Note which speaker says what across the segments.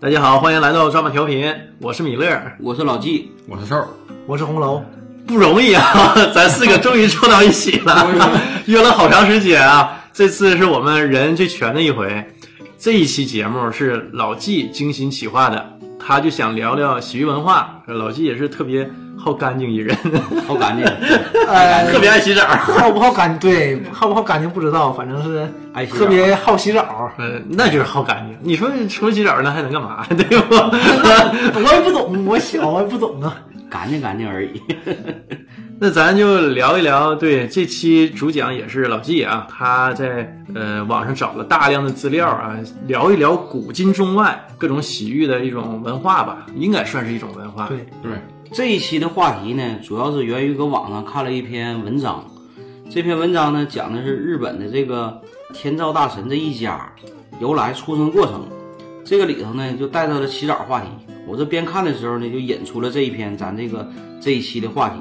Speaker 1: 大家好，欢迎来到抓马调频，我是米勒，
Speaker 2: 我是老纪，
Speaker 3: 我是瘦，
Speaker 4: 我是红楼。
Speaker 1: 不容易啊， 咱四个终于凑到一起 了，约了好长时间啊。这次是我们人最全的一回，这一期节目是老纪精心企划的，他就想聊聊洗浴文化。老纪也是特别好干净一人，
Speaker 2: 好干净，
Speaker 4: 呃，
Speaker 1: 特别爱洗澡。
Speaker 4: 好不好干？对，好不好干净不知道，反正是哎
Speaker 2: 爱洗澡
Speaker 4: 特别好洗澡。
Speaker 1: 嗯、那就是好干净。你说除了洗澡，那还能干嘛？ 对 不？
Speaker 4: 我也不懂，我小我也不懂啊。
Speaker 2: 干净干净而已。
Speaker 1: 那咱就聊一聊，对这期主讲也是老纪啊，他在呃网上找了大量的资料啊，聊一聊古今中外各种洗浴的一种文化吧，应该算是一种文化。
Speaker 4: 对，
Speaker 3: 对，
Speaker 2: 这一期的话题呢，主要是源于搁网上看了一篇文章，这篇文章呢讲的是日本的这个天照大神这一家由来出生过程，这个里头呢就带到了洗澡话题。我这边看的时候呢，就引出了这一篇咱这个这一期的话题，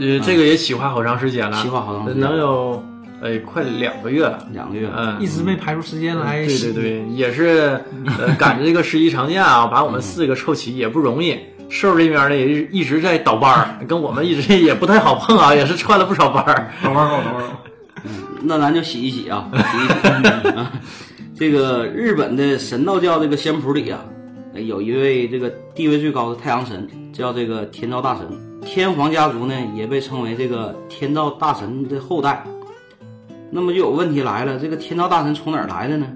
Speaker 1: 呃，这个也企划好长时间了，
Speaker 2: 嗯企划好长时间
Speaker 1: 能有呃快两个月了，
Speaker 2: 两个月。
Speaker 1: 嗯
Speaker 4: 一。直没排出时间来
Speaker 1: 对
Speaker 4: 洗。
Speaker 1: 对对，也是，呃，赶着这个十一长假啊，把我们四个凑齐也不容易。瘦这边呢也是一直在倒班儿，跟我们一直也不太好碰啊，也是串了不少班儿。
Speaker 3: 等会儿等会儿，
Speaker 2: 那咱就洗一洗啊，洗一洗。 啊这个日本的神道教这个仙谱里啊，呃有一位这个地位最高的太阳神，叫这个天照大神。天皇家族呢，也被称为这个天照大神的后代。那么就有问题来了，这个天照大神从哪儿来的呢？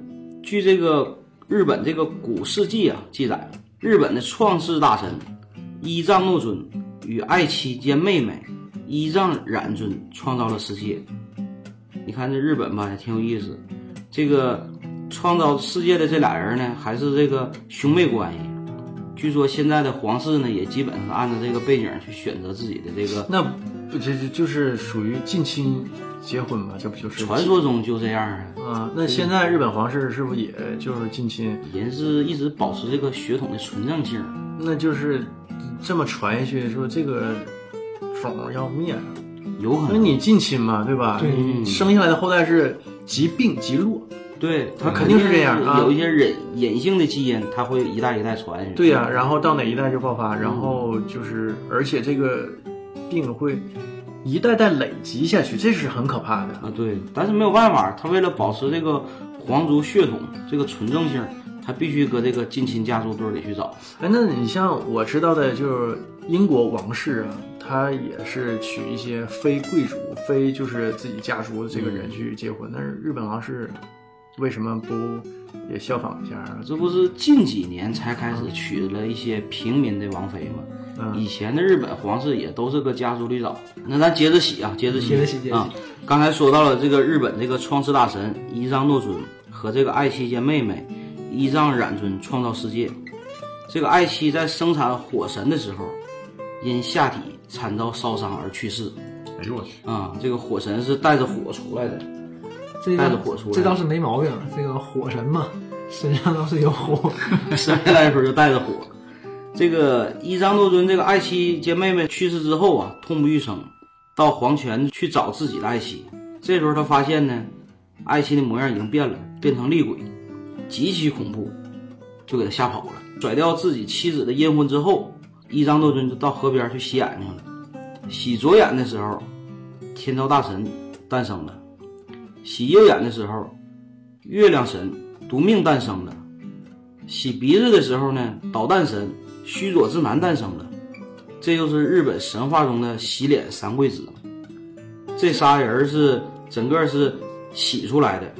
Speaker 2: 据这个日本这个古世纪啊记载，日本的创世大神伊藏诺尊与爱妻兼妹妹伊藏染尊创造了世界。你看这日本吧，也挺有意思。这个创造世界的这俩人呢，还是这个兄妹关系。据说现在的皇室呢，也基本上按照这个背景去选择自己的这个。
Speaker 1: 那不这这就是属于近亲结婚吧？这不就是
Speaker 2: 传说中就这样啊，
Speaker 1: 啊？那现在日本皇室是不是也就是近亲？
Speaker 2: 人是一直保持这个血统的纯正性。
Speaker 1: 那就是这么传下去，说这个种要灭了。
Speaker 2: 有可
Speaker 1: 那
Speaker 2: 能，嗯
Speaker 1: 你近亲嘛，对吧？
Speaker 4: 对
Speaker 1: 你生下来的后代是极病极弱。
Speaker 2: 对他
Speaker 1: 嗯肯定是
Speaker 2: 是
Speaker 1: 这样啊
Speaker 2: 有一些隐隐性的基因，它会一代一代传下去。
Speaker 1: 对呀、然后到哪一代就爆发，然后就是，而且这个病会一代代累积下去，这是很可怕的。
Speaker 2: 啊，对，但是没有办法，他为了保持这个皇族血统这个纯正性，他必须搁这个近亲家族堆儿里去找。
Speaker 1: 哎，那你像我知道的，就是英国王室啊，他也是娶一些非贵族、非就是自己家族的这个人
Speaker 4: 嗯
Speaker 1: 去结婚，但是日本王室为什么不也效仿一下啊？
Speaker 2: 这不是近几年才开始娶了一些平民的王妃吗？
Speaker 1: 嗯，
Speaker 2: 以前的日本皇室也都是搁家族里找。那咱接着洗啊，接着洗，
Speaker 4: 嗯接着洗接着洗
Speaker 2: 啊！刚才说到了这个日本这个创世大神伊藏诺尊和这个爱妻兼妹妹伊藏染尊创造世界。这个爱妻在生产火神的时候，因下体惨遭烧伤而去世。
Speaker 3: 哎呦我去，
Speaker 2: 啊，这个火神是带着火出来的，
Speaker 4: 这
Speaker 2: 带着
Speaker 4: 倒
Speaker 2: 火出来
Speaker 4: 这倒是没毛病。这个火神嘛，身上倒是有火。
Speaker 2: 生 下来的时候就带着火。这个伊张诺尊这个爱妻兼妹妹去世之后啊，痛不欲生，到黄泉去找自己的爱妻。这时候他发现呢，爱妻的模样已经变了，变成厉鬼，极其恐怖，就给他吓跑了。甩掉自己妻子的阴魂之后，伊张诺尊就到河边去洗眼睛了。洗左眼的时候，天照大神诞生了；洗右眼的时候，月亮神独命诞生了。洗鼻子的时候呢，导弹神须佐之男诞生了，这就是日本神话中的洗脸三贵子。这仨人是整个是洗出来的，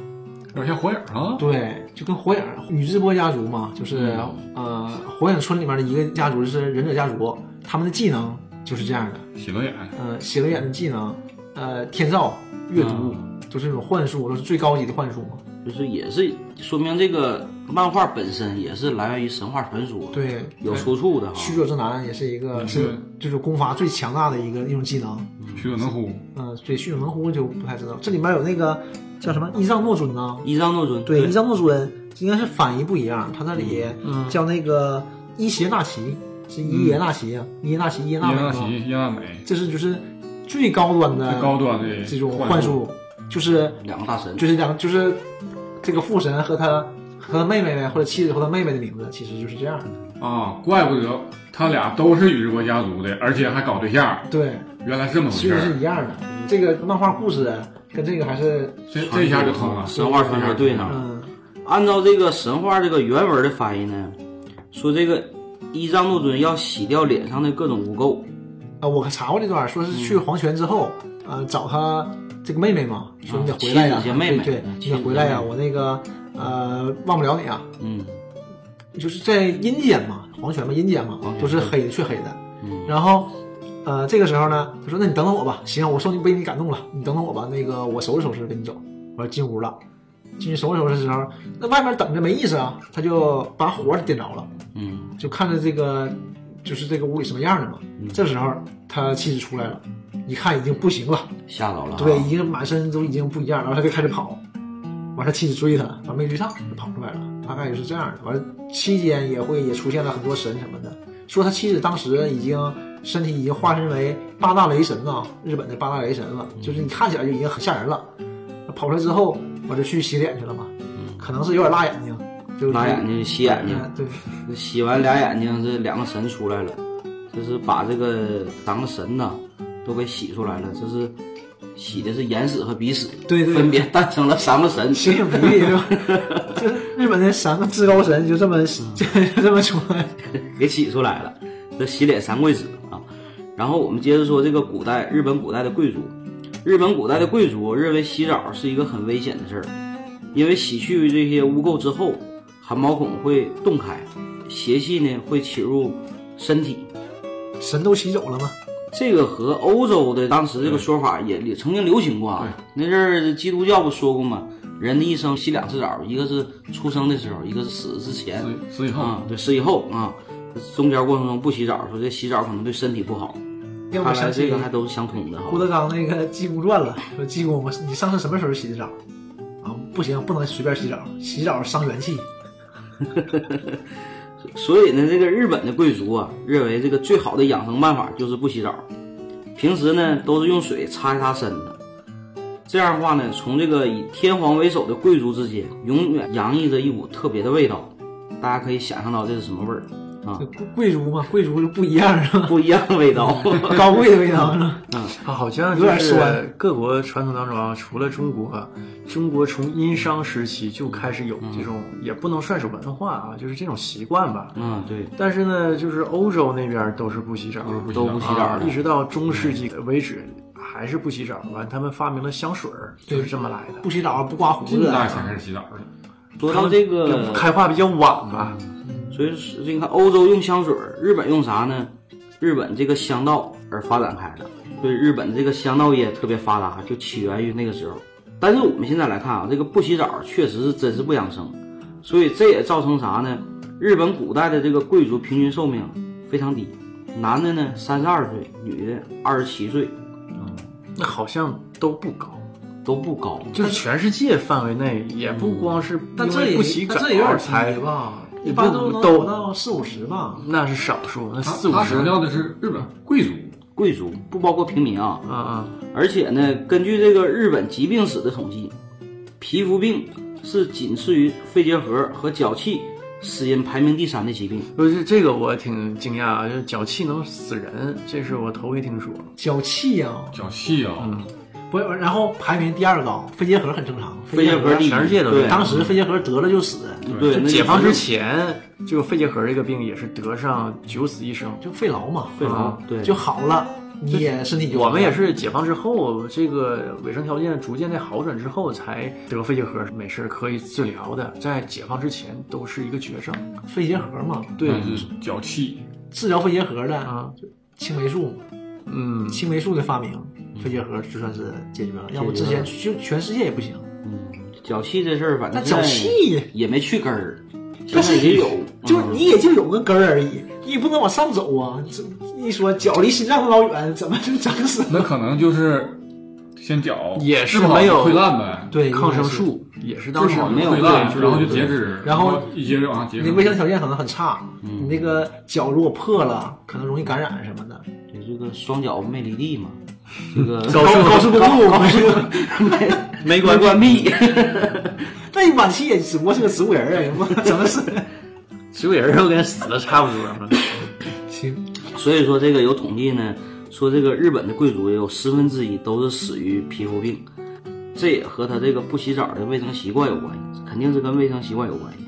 Speaker 3: 有些火影啊，
Speaker 4: 对，就跟火影宇智波家族嘛，就是呃，火影村里面的一个家族是忍者家族，他们的技能就是这样的。
Speaker 3: 洗了眼，
Speaker 4: 呃，洗了眼的技能，呃，天照、阅读，
Speaker 2: 嗯
Speaker 4: 就是那种幻术，都是最高级的幻术嘛。
Speaker 2: 就是也是说明这个漫画本身也是来源于神话传说，
Speaker 4: 对，
Speaker 2: 有出处的哈。
Speaker 4: 虚者之男也是一个
Speaker 3: 嗯
Speaker 4: 是就是功法最强大的一个一种技能。
Speaker 3: 徐有能呼，
Speaker 4: 嗯，对，虚者门户就不太知道。这里面有那个叫什么伊藏诺尊呢？
Speaker 2: 伊张诺尊
Speaker 4: 对，伊藏诺尊应该是反义不一样，他那里叫那个伊邪那岐，是伊耶那岐啊，伊耶那岐，伊耶
Speaker 3: 伊
Speaker 4: 那美
Speaker 3: 纳
Speaker 4: 嘛
Speaker 3: 喜、伊纳美，
Speaker 4: 这是呃就是最高端的
Speaker 3: 最高端的
Speaker 4: 这种
Speaker 2: 嗯
Speaker 3: 幻
Speaker 4: 幻，术，就是
Speaker 2: 两个大神，
Speaker 4: 就是两就是这个父神和他和他妹妹呗，或者妻子和他妹妹的名字，其实就是这样的。
Speaker 3: 啊，怪不得他俩都是宇智波家族的，而且还搞对象，
Speaker 4: 对，
Speaker 3: 原来是这么回
Speaker 4: 其
Speaker 3: 事
Speaker 4: 实
Speaker 3: 儿。
Speaker 4: 是一样的。
Speaker 2: 嗯
Speaker 4: 这个漫画故事跟这个还是，
Speaker 3: 这这一下就通了。
Speaker 2: 啊神话传说对上了。
Speaker 4: 嗯，
Speaker 2: 按照这个神话这个原文的翻译呢，说这个伊藏诺尊要洗掉脸上的各种污垢，
Speaker 4: 啊，我查过这段，说是
Speaker 2: 嗯
Speaker 4: 去黄泉之后，呃，找他这个妹妹嘛，说你得回来呀、
Speaker 2: 啊妻子兼妹妹
Speaker 4: 对，对
Speaker 2: 嗯
Speaker 4: 你得回来呀、我那个呃忘不了你啊，
Speaker 2: 嗯，
Speaker 4: 就是在阴间嘛，黄泉嘛，阴间嘛
Speaker 2: 黄，泉
Speaker 4: 都是黑的，黢黑的。
Speaker 2: 嗯
Speaker 4: 然后，呃，这个时候呢，他说：“那你等等我吧，行，我受你被你感动了，你等等我吧，那个我收拾收拾跟你走。”我说进屋了，进去收拾收拾的时候，那外面等着没意思啊，他就把火点着了，
Speaker 2: 嗯，
Speaker 4: 就看着这个就是这个屋里什么样的嘛。这时候他妻子出来了，一看已经不行了，
Speaker 2: 吓着了啊，
Speaker 4: 对，已经满身都已经不一样了，然后他就开始跑，完他妻子追他，完没追上就跑出来了，大概就是这样的。完了期间也会也出现了很多神什么的，说他妻子当时已经身体已经化身为八大雷神呐、日本的八大雷神了，
Speaker 2: 嗯
Speaker 4: 就是你看起来就已经很吓人了。跑出来之后，我就去洗脸去了嘛，可能是有点辣眼睛，就是
Speaker 2: 拉嗯眼睛洗眼睛，
Speaker 4: 嗯对，
Speaker 2: 洗完俩眼睛，这两个神出来了，这是把这个两个神呐、都给洗出来了，这是洗的是眼屎和鼻屎，
Speaker 4: 对对
Speaker 2: 分别诞生了三个神，
Speaker 4: 形影不离是吧？ 这日本的三个至高神就这么 就
Speaker 1: 嗯
Speaker 4: 这么出来，
Speaker 2: 给洗出来了，这洗脸三贵子啊。然后我们接着说这个古代日本古代的贵族，日本古代的贵族认为洗澡是一个很危险的事儿，因为洗去这些污垢之后，汗毛孔会洞开，邪气呢会侵入身体，
Speaker 4: 神都洗走了吗？
Speaker 2: 这个和欧洲的当时这个说法也也曾经流行过啊。那阵儿基督教不说过吗？人的一生洗两次澡，一个是出生的时候，一个是死之前
Speaker 3: 死死以后，
Speaker 2: 啊，对，死以后啊，中间过程中不洗澡，说这洗澡可能对身体不好。
Speaker 4: 要不
Speaker 2: 看
Speaker 4: 想
Speaker 2: 来
Speaker 4: 起
Speaker 2: 这个还都是相通的哈
Speaker 4: 郭。德纲那个《济公传》了，说济公，我你上次什么时候洗的澡？啊，不行，不能随便洗澡，洗澡伤元气。
Speaker 2: 所以呢，这个日本的贵族啊，认为这个最好的养生办法就是不洗澡，平时呢都是用水擦一擦身子。这样的话呢，从这个以天皇为首的贵族之间，永远洋溢着一股特别的味道。大家可以想象到这是什么味儿啊
Speaker 4: 这？贵贵族嘛，贵族就不一样 是吧？
Speaker 2: 不一样的味道。
Speaker 4: 高贵的味道是吧？
Speaker 1: 啊，好像
Speaker 4: 有
Speaker 1: 就
Speaker 4: 点
Speaker 1: 是
Speaker 4: 酸
Speaker 1: 各国传统当中啊，除了中国，中国从殷商时期就开始有
Speaker 4: 嗯
Speaker 1: 这种，也不能算是文化啊，就是这种习惯吧。
Speaker 2: 嗯，对，
Speaker 1: 但是呢，就是欧洲那边都是不洗澡，
Speaker 2: 都不洗澡
Speaker 1: 啊
Speaker 2: 的
Speaker 1: 一。直到中世纪为止还是不洗澡。完，他们发明了香水儿，就是这么来的。
Speaker 4: 不洗澡不刮胡
Speaker 3: 近
Speaker 4: 子，啊
Speaker 3: 代才开始洗澡的。
Speaker 2: 说到这个，
Speaker 1: 开化比较晚吧，
Speaker 2: 所以说你看欧洲用香水儿，日本用啥呢？日本这个香道而发展开的，所以日本这个香道业特别发达，就起源于那个时候。但是我们现在来看啊，这个不洗澡确实是真是不养生，所以这也造成啥呢？日本古代的这个贵族平均寿命非常低，男的呢三十二岁，女的二十七岁，
Speaker 1: 那好像都不高。
Speaker 2: 都不高。
Speaker 1: 就是全世界范围内，也不光是
Speaker 4: 但
Speaker 1: 因
Speaker 4: 这
Speaker 1: 为
Speaker 4: 也
Speaker 1: 不洗
Speaker 4: 但
Speaker 1: 澡
Speaker 4: 这也有点
Speaker 1: 才
Speaker 4: 低，吧？
Speaker 1: 也
Speaker 4: 一般
Speaker 1: 不
Speaker 4: 都能
Speaker 1: 都
Speaker 4: 活到四五十吧。
Speaker 1: 那是少数，那
Speaker 3: 他
Speaker 1: 四五
Speaker 3: 他
Speaker 1: 十
Speaker 3: 强调的是日本贵族，
Speaker 2: 贵族不包括平民啊，
Speaker 1: 啊啊，
Speaker 2: 而且呢，根据这个日本疾病史的统计，皮肤病是仅次于肺结核和脚气死因排名第三的疾病。
Speaker 1: 就是这个我挺惊讶啊，就是脚气能死人，这是我头回听说。
Speaker 4: 脚气啊，
Speaker 3: 脚气啊，
Speaker 4: 不，然后排名第二高，肺结核很正常。
Speaker 2: 肺结核第一，
Speaker 1: 全世界都是
Speaker 2: 对
Speaker 4: 当时肺结核得了就死，
Speaker 2: 对，那
Speaker 1: 就解放之
Speaker 2: 个
Speaker 1: 前，这个肺结核这个病也是得上九死一生。
Speaker 4: 就肺痨嘛，嗯
Speaker 2: 肺痨，对，
Speaker 4: 就好了，你也身体就好
Speaker 1: 我
Speaker 4: 了
Speaker 1: 们也是解放之后，这个卫生条件逐渐在好转之后，才得肺结核没事儿可以治疗的，在解放之前都是一个绝症。
Speaker 4: 肺结核嘛，
Speaker 1: 对，
Speaker 3: 但是脚气，
Speaker 4: 治疗肺结核的
Speaker 1: 啊，
Speaker 4: 青霉素嘛。
Speaker 1: 嗯，
Speaker 4: 青霉素的发明，肺结核就算是解决了，要不之前就全世界也不行。
Speaker 2: 脚气这事儿，反
Speaker 4: 那
Speaker 2: 正
Speaker 4: 脚气
Speaker 2: 也没去根儿，
Speaker 4: 但是
Speaker 2: 也有，嗯
Speaker 4: 就是你也就有个根儿而已，你也不能往上走啊！这一说脚离心脏都老远，怎么就整死了？
Speaker 3: 那可能就是先脚
Speaker 1: 也是
Speaker 3: 治不好
Speaker 1: 没有
Speaker 3: 溃烂呗，
Speaker 4: 对，
Speaker 1: 抗生
Speaker 4: 应
Speaker 1: 素也是
Speaker 3: 治
Speaker 1: 当
Speaker 3: 不
Speaker 1: 时
Speaker 3: 好就
Speaker 2: 没有
Speaker 3: 溃烂，
Speaker 2: 对
Speaker 3: 然后就
Speaker 2: 对
Speaker 3: 截肢，
Speaker 4: 然后
Speaker 3: 一截就往上截
Speaker 4: 该
Speaker 3: 肢
Speaker 4: 是。你卫生条件可能很差，你那个脚如果破了，可能容易感染什么的。
Speaker 2: 你这个双脚没离地嘛，这个
Speaker 1: 高速
Speaker 4: 高速公路
Speaker 2: 高速没
Speaker 1: 没
Speaker 2: 关
Speaker 1: 关
Speaker 2: 关闭，
Speaker 4: 那那晚期也只不过是个植物人啊，也不 怎么是。
Speaker 1: 植物人都跟死了差不多啊嘛。
Speaker 4: 行，
Speaker 2: 所以说这个有统计呢，说这个日本的贵族有十分之一都是死于皮肤病，这也和他这个不洗澡的卫生习惯有关系，肯定是跟卫生习惯有关系。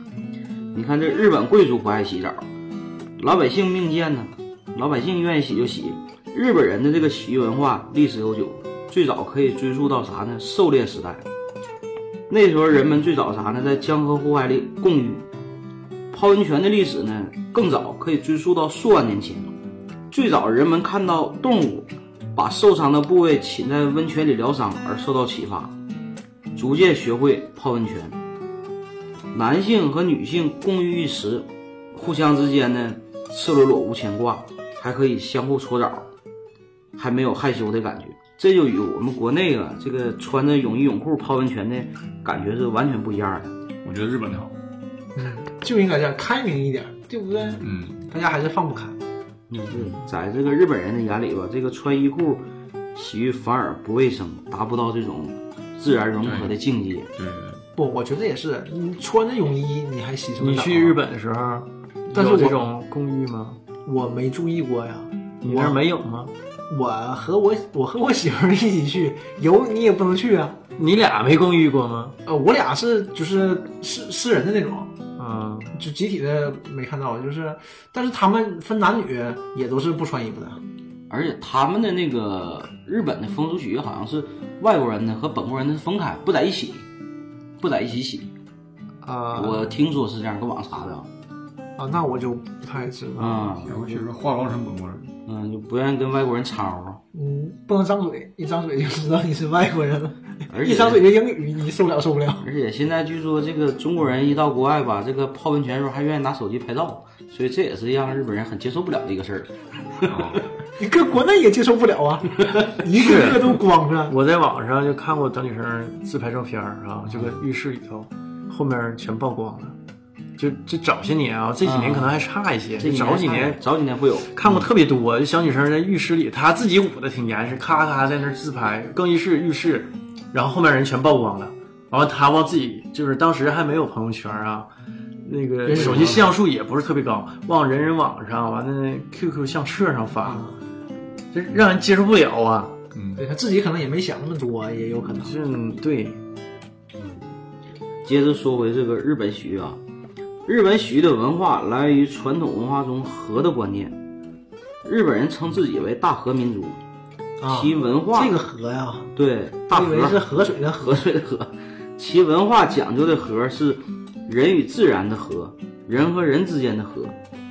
Speaker 2: 你看这日本贵族不爱洗澡，老百姓命贱呢，老百姓愿意洗就洗。日本人的这个洗浴文化历史悠久，最早可以追溯到啥呢？狩猎时代。那时候人们最早啥呢？在江河湖海里共浴，泡温泉的历史呢更早，可以追溯到数万年前。最早人们看到动物把受伤的部位浸在温泉里疗伤而受到启发，逐渐学会泡温泉。男性和女性共浴一池，互相之间呢赤裸裸无牵挂，还可以相互搓澡，还没有害羞的感觉。这就与我们国内啊这个穿着泳衣泳裤泡温泉的感觉是完全不一样的。
Speaker 3: 我觉得日本的好，
Speaker 4: 嗯就应该这样开明一点，对不对？
Speaker 3: 嗯，
Speaker 4: 大家还是放不开。
Speaker 2: 嗯，对，在这个日本人的眼里吧，这个穿衣裤洗浴反而不卫生，达不到这种自然融合的境界。
Speaker 3: 对对对。
Speaker 4: 不，我觉得也是，你穿着泳衣你还洗什 么
Speaker 1: 你
Speaker 4: 澡啊？
Speaker 1: 去日本的时候，
Speaker 4: 但是
Speaker 1: 有这
Speaker 4: 我
Speaker 1: 种公寓吗？
Speaker 4: 我没注意过呀。
Speaker 1: 你那儿没有吗？
Speaker 4: 我和我我和我媳妇儿一起去游，你也不能去啊。
Speaker 1: 你俩没公寓过吗？
Speaker 4: 呃，我俩是就是私私人的那种，
Speaker 1: 嗯，
Speaker 4: 就集体的没看到，就是，但是他们分男女也都是不穿衣服的，
Speaker 2: 而且他们的那个日本的风俗洗浴好像是外国人的和本国人的分开，不在一起，不在一起洗。
Speaker 4: 啊、
Speaker 2: 我听说是这样，跟网查的啊
Speaker 4: 啊，那我就不太知道，
Speaker 2: 啊，
Speaker 3: 然后其实化妆成本国人，
Speaker 2: 嗯，就不愿意跟外国人掺和。
Speaker 4: 嗯，不能张嘴，一张嘴就知道你是外国人了，
Speaker 2: 而且
Speaker 4: 一张嘴就英语，你受不了受不 了。
Speaker 2: 而且现在据说这个中国人一到国外吧，这个泡温泉的时候还愿意拿手机拍照，所以这也是让日本人很接受不了的一个事儿。
Speaker 4: 你搁国内也接受不了 啊，一个个都光着，
Speaker 1: 我在网上就看过小女生自拍照片儿啊，这个浴室里头后面全曝光了。就就早些年啊，这几年
Speaker 2: 啊
Speaker 1: 可能还差一些，
Speaker 2: 这
Speaker 1: 就早几年
Speaker 2: 早几年会有，
Speaker 1: 看过特别多，就小女生在浴室里，她自己捂的挺严实，咔咔在那儿自拍，更衣室、浴室，然后后面人全曝光了，完了她往自己就是当时还没有朋友圈啊，那个
Speaker 4: 人人
Speaker 1: 手
Speaker 4: 网
Speaker 1: 机像素也不是特别高，往人人网上完了 QQ 相册上发，这让人接受不了啊！
Speaker 3: 嗯，
Speaker 4: 对他自己可能也没想那么多，也有可能。
Speaker 1: 这对，
Speaker 2: 接着说回这个日本洗浴啊，日本洗浴的文化来源于传统文化中和的观念。日本人称自己为大和民族，
Speaker 4: 啊
Speaker 2: 其文化、
Speaker 4: 这个河呀、
Speaker 2: 对大
Speaker 4: 我以为是
Speaker 2: 和
Speaker 4: 河水的河，
Speaker 2: 河水的河，其文化讲究的和是人与自然的和，人和人之间的和。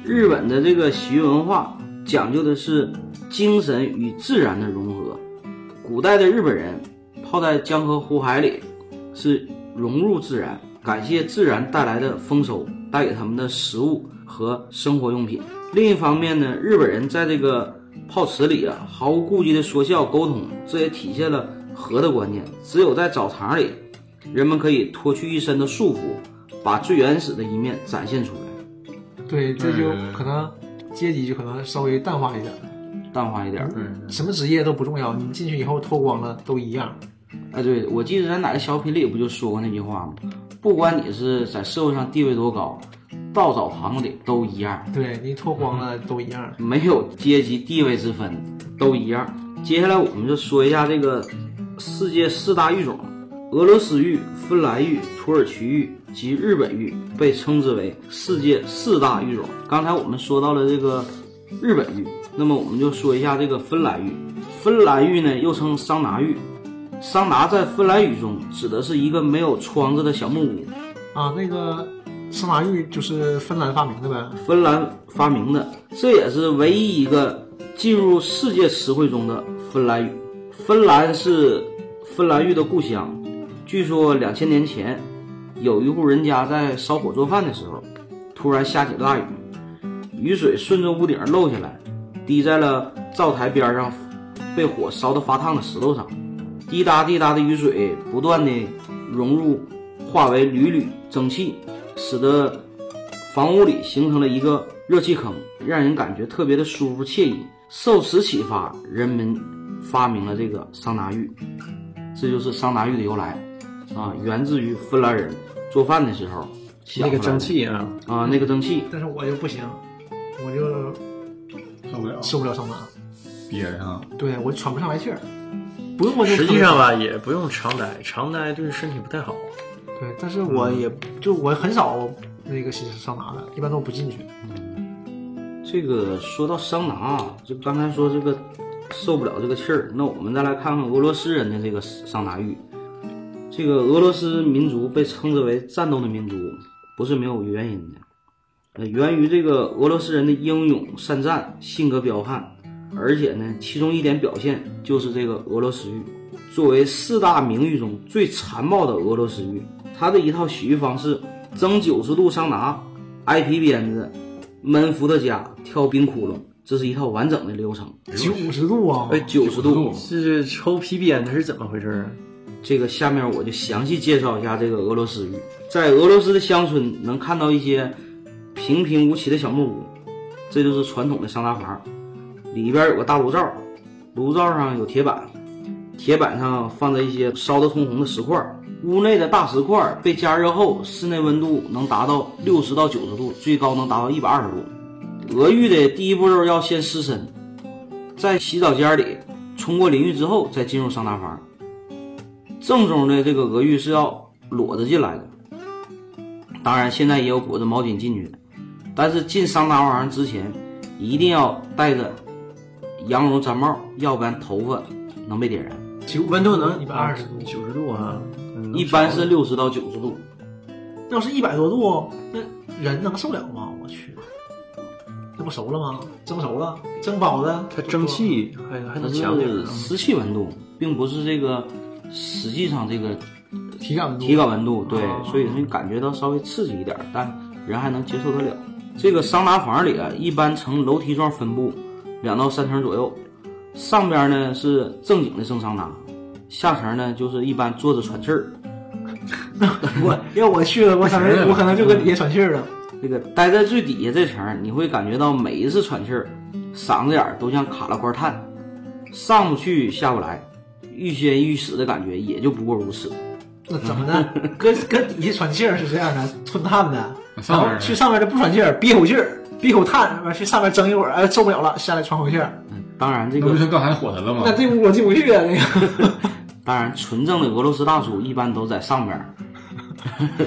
Speaker 2: 日本的这个洗浴文化讲究的是精神与自然的融合。古代的日本人泡在江河湖海里，是融入自然，感谢自然带来的丰收，带给他们的食物和生活用品。另一方面呢，日本人在这个泡池里啊，毫无顾忌的说笑沟通，这也体现了和的观念。只有在澡堂里，人们可以脱去一身的束缚，把最原始的一面展现出来，
Speaker 4: 对，这就
Speaker 3: 对对对
Speaker 4: 可能阶级就可能稍微淡化一点。
Speaker 2: 淡化一点儿。
Speaker 3: 对，
Speaker 4: 什么职业都不重要，你进去以后脱光了都一样。
Speaker 2: 哎，对，我记得在哪个小品里不就说过那句话吗？不管你是在社会上地位多高，到澡堂里都一样。
Speaker 4: 对你脱光了都一样。
Speaker 2: 没有阶级地位之分，都一样。接下来我们就说一下这个世界四大浴种：俄罗斯浴、芬兰浴、土耳其浴及日本浴，被称之为世界四大浴种。刚才我们说到了这个日本浴，那么我们就说一下这个芬兰浴。芬兰浴呢，又称桑拿浴。桑拿在芬兰语中指的是一个没有窗子的小木屋，
Speaker 4: 啊，那个桑拿浴就是芬兰发明的呗。
Speaker 2: 芬兰发明的，这也是唯一一个进入世界词汇中的芬兰语。芬兰是芬兰浴的故乡，据说两千年前，有一户人家在烧火做饭的时候，突然下起了大雨，雨水顺着屋顶漏下来，滴在了灶台边上被火烧得发烫的石头上，滴答滴答的雨水不断的融入，化为缕缕蒸汽，使得房屋里形成了一个热气坑，让人感觉特别的舒服惬意。受此启发，人们发明了这个桑拿浴，这就是桑拿浴的由来。啊，源自于芬兰人做饭的时候想
Speaker 1: 那个
Speaker 2: 出来
Speaker 1: 蒸
Speaker 2: 的
Speaker 1: 汽啊，
Speaker 2: 啊，那个蒸汽，
Speaker 4: 但是我就不行，我就
Speaker 3: 受不了，
Speaker 4: 受不了桑拿，
Speaker 3: 憋的啊！
Speaker 4: 对我喘不上来气儿，不用我就
Speaker 1: 实际上吧，也不用常待，常待对身体不太好。
Speaker 4: 对，但是我也就我很少那个洗桑拿的，一般都不进去。
Speaker 2: 这个说到桑拿啊，就刚才说这个受不了这个气儿，那我们再来看看俄罗斯人的这个桑拿浴。这个俄罗斯民族被称之为战斗的民族，不是没有原因的。呃，源于这个俄罗斯人的英勇善战、性格彪悍，而且呢，其中一点表现就是这个俄罗斯浴，作为四大名浴中最残暴的俄罗斯浴，它的一套洗浴方式：蒸九十度桑拿、挨皮鞭子、闷伏特加、跳冰窟窿，这是一套完整的流程。
Speaker 4: 九十度啊！
Speaker 2: 哎，九十度，
Speaker 1: 这是抽皮鞭，它是怎么回事儿啊？
Speaker 2: 这个下面我就详细介绍一下这个俄罗斯浴。在俄罗斯的乡村能看到一些平平无奇的小木屋，这就是传统的桑拿房，里边有个大炉灶，炉灶上有铁板，铁板上放着一些烧得通红的石块儿。屋内的大石块儿被加热后，室内温度能达到六十到九十度，最高能达到一百二十度。俄浴的第一步骤要先湿身，在洗澡间里冲过淋浴之后，再进入桑拿房。正宗的这个俄浴是要裸着进来的，当然现在也有裹着毛巾进去的，但是进桑拿房之前一定要戴着羊绒毡帽，要不然头发能被点燃。
Speaker 1: 九温度能
Speaker 4: 一百二十度
Speaker 1: 九十度啊，嗯
Speaker 2: 一般是六十到九十度，
Speaker 4: 要是一百多度，那人能受了吗？我去，那不熟了吗？蒸熟了，蒸饱了，
Speaker 1: 它蒸汽还还
Speaker 2: 它
Speaker 1: 能强点
Speaker 2: 嗯是
Speaker 1: 儿啊。
Speaker 2: 湿气温度，并不是这个实际上这个
Speaker 4: 体感温度
Speaker 2: 体感温度，对
Speaker 4: 哦，
Speaker 2: 所以能感觉到稍微刺激一点儿，但人还能接受得了。这个桑拿房里啊，一般呈楼梯状分布，两到三层左右。上边呢是正经的蒸桑拿，下层呢就是一般坐着喘气儿。
Speaker 4: 我要我去了，我可能我可能就搁底下喘气儿了。
Speaker 2: 这个待在最底下这层儿，你会感觉到每一次喘气儿，嗓子眼儿都像卡了块炭，上不去下不来，欲仙欲死的感觉也就不过如此。
Speaker 4: 那怎么的？搁搁底下喘气儿是这样的，吞炭的，然
Speaker 3: 上
Speaker 4: 后
Speaker 3: 面
Speaker 4: 去上面的不喘气儿，憋口气儿，憋口炭，完去上面蒸一会儿，哎，受不了了，下来喘口气儿。
Speaker 2: 嗯，当然这
Speaker 3: 那
Speaker 2: 个
Speaker 3: 不就刚才火的了吗
Speaker 4: 那？这屋我进不去啊，那个
Speaker 2: 当然，纯正的俄罗斯大叔一般都在上 边儿，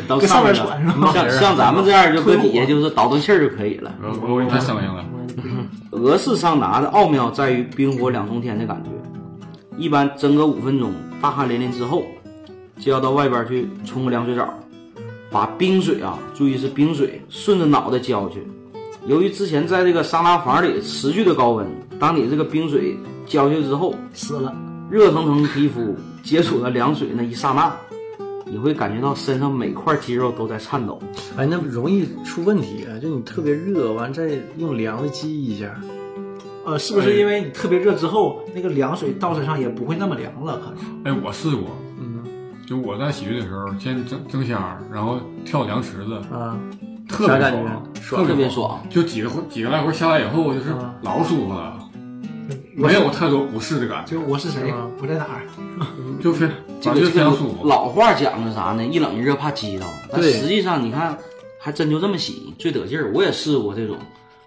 Speaker 2: 到
Speaker 4: 搁上
Speaker 2: 边儿
Speaker 4: 面喘是吧？啊
Speaker 2: 像像咱们这样就搁底下就是倒腾气儿就可以了。
Speaker 3: 我我给他声音了，
Speaker 2: 俄式桑拿的奥妙在于冰火两重天的感觉，一般蒸个五分钟，大汗淋漓之后，就要到外边去冲个凉水澡，把冰水啊，注意是冰水，顺着脑袋浇去。由于之前在这个桑拿房里持续的高温，当你这个冰水浇去之后，
Speaker 4: 死了。
Speaker 2: 热腾腾的皮肤接触了凉水那一刹那，你会感觉到身上每块肌肉都在颤抖。
Speaker 1: 哎，那容易出问题啊！就你特别热，完再用凉的激一下，
Speaker 4: 呃，是不
Speaker 1: 哎
Speaker 4: 是因为你特别热之后，那个凉水到身上也不会那么凉了？可能
Speaker 3: 哎，我试过，就我在洗浴的时候，先蒸蒸虾儿，然后跳凉池子，
Speaker 1: 啊，
Speaker 3: 特别
Speaker 1: 啥感
Speaker 3: 爽，
Speaker 1: 觉啊爽
Speaker 2: 特别爽。
Speaker 3: 就几个几个来回下来以后，就是
Speaker 1: 嗯
Speaker 3: 老舒服了，没有太多不适的感觉，
Speaker 4: 就我是谁
Speaker 1: 是吗，
Speaker 4: 我在哪儿？
Speaker 3: 就非
Speaker 2: 这
Speaker 3: 反
Speaker 2: 个
Speaker 3: 正就
Speaker 2: 这
Speaker 3: 非
Speaker 2: 个
Speaker 3: 常舒服。
Speaker 2: 老话讲的啥呢？一冷一热怕激到。但
Speaker 1: 对
Speaker 2: 实际上你看，还真就这么洗最得劲儿。我也试过这种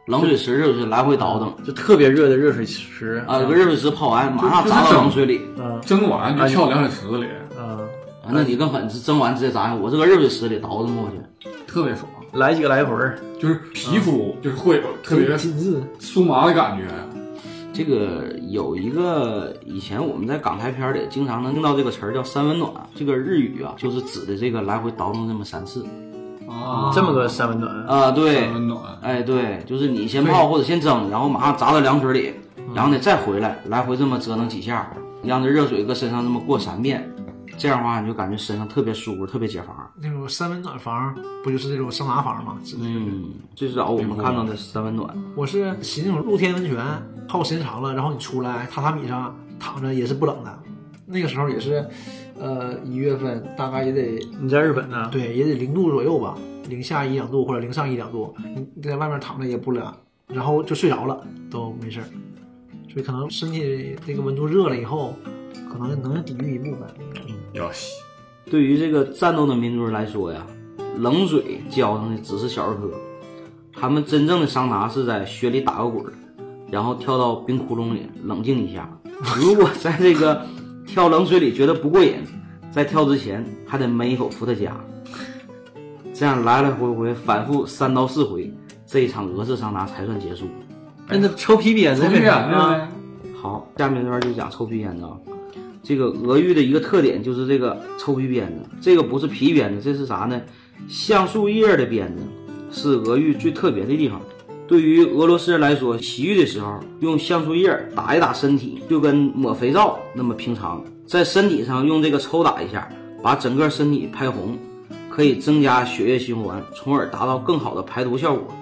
Speaker 2: 冷水池，热水池来回倒
Speaker 3: 嗯
Speaker 2: 腾
Speaker 1: 就特别热的热水池
Speaker 2: 啊，个热水池泡完马上
Speaker 3: 就
Speaker 2: 砸到
Speaker 3: 整
Speaker 2: 冷水里
Speaker 1: 啊
Speaker 3: 蒸完就跳凉水池子里，
Speaker 1: 啊，
Speaker 2: 啊，那你更狠，蒸完直接砸下。我这个热水池里倒腾过去，
Speaker 3: 特别爽，
Speaker 1: 来几个来回儿，
Speaker 3: 就是皮肤就是会有特别
Speaker 4: 紧致，
Speaker 3: 酥麻的感觉。
Speaker 2: 这个有一个以前我们在港台片儿里经常能听到这个词儿叫“三温暖”，这个日语啊，就是指的这个来回倒腾这么三次
Speaker 3: 啊
Speaker 1: 这么个三温暖，
Speaker 2: 啊、对，
Speaker 3: 温暖，
Speaker 2: 哎对，就是你先泡或者先蒸，然后马上砸到凉水里，然后呢再回来，来回这么折腾几下，让这热水搁身上这么过三遍，这样的话你就感觉身上特别舒服，特别解乏。
Speaker 4: 那种三温暖房不就是那种桑拿房吗？
Speaker 2: 嗯，最早我们看到的三温暖，
Speaker 4: 我是洗那种露天温泉，泡时间长了，然后你出来，榻榻米上躺着也是不冷的。那个时候也是，呃，一月份大概也得
Speaker 1: 你在日本呢？
Speaker 4: 对也得零度左右吧，零下一两度或者零上一两度，你你在外面躺着也不冷，然后就睡着了都没事儿。所以可能身体这个温度热了以后，可能能抵御一部分。
Speaker 3: 要洗，
Speaker 2: 对于这个战斗的民族人来说呀，冷水浇上的只是小儿科，他们真正的桑拿是在雪里打个滚儿，然后跳到冰窟窿里冷静一下。如果在这个跳冷水里觉得不过瘾，在跳之前还得闷一口伏特加，这样来来回回反复三到四回，这一场俄式桑拿才算结束。
Speaker 1: 那哎那抽皮鞭子
Speaker 3: 抽
Speaker 1: 呗
Speaker 3: 屁眼
Speaker 1: 啊，
Speaker 3: 子
Speaker 2: 好，下面这边就讲抽皮鞭子啊。这个俄语的一个特点就是这个抽皮鞭子，这个不是皮鞭子，这是啥呢？橡树叶的鞭子，是俄语最特别的地方。对于俄罗斯人来说，洗浴的时候用橡树叶打一打身体，就跟抹肥皂那么平常。在身体上用这个抽打一下，把整个身体拍红，可以增加血液循环，从而达到更好的排毒效果。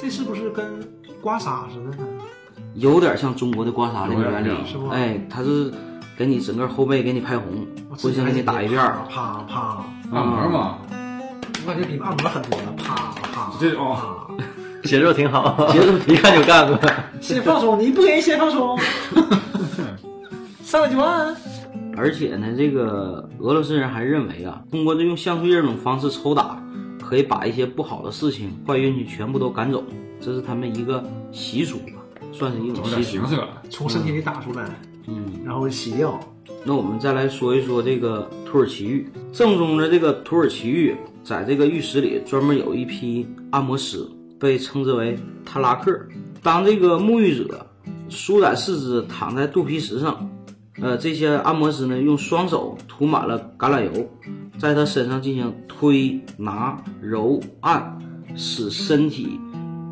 Speaker 4: 这是不是跟刮痧似的呢？
Speaker 2: 有点像中国的刮痧那
Speaker 3: 有
Speaker 2: 个
Speaker 3: 点
Speaker 2: 原理
Speaker 3: 像，
Speaker 4: 是不
Speaker 2: 哎，它是给你整个后背给你拍红，
Speaker 4: 我
Speaker 2: 浑身给你打一遍儿。啊
Speaker 4: 啪啪，
Speaker 3: 按摩嘛，
Speaker 4: 我感觉比按摩狠多了，啪啪。
Speaker 3: 这种
Speaker 4: 啊，
Speaker 1: 节奏挺好，
Speaker 2: 节奏
Speaker 1: 一看就干过。
Speaker 4: 先放松，你不给人先 放松，上来就按。
Speaker 2: 而且呢，这个俄罗斯人还认为啊，通过这用橡树叶这种方式抽打，可以把一些不好的事情、坏运气全部都赶走，这是他们一个习俗吧，算是一种
Speaker 3: 有
Speaker 2: 习
Speaker 3: 点
Speaker 2: 俗
Speaker 3: 形。式感。
Speaker 4: 从身体里打出来，
Speaker 2: 嗯。
Speaker 4: 然后洗掉。
Speaker 2: 那我们再来说一说这个土耳其浴。正宗的这个土耳其浴，在这个浴室里专门有一批按摩师，被称之为塔拉克。当这个沐浴者舒展四肢，躺在肚皮石上，呃，这些按摩师呢用双手涂满了橄榄油，在他身上进行推拿、揉按，使身体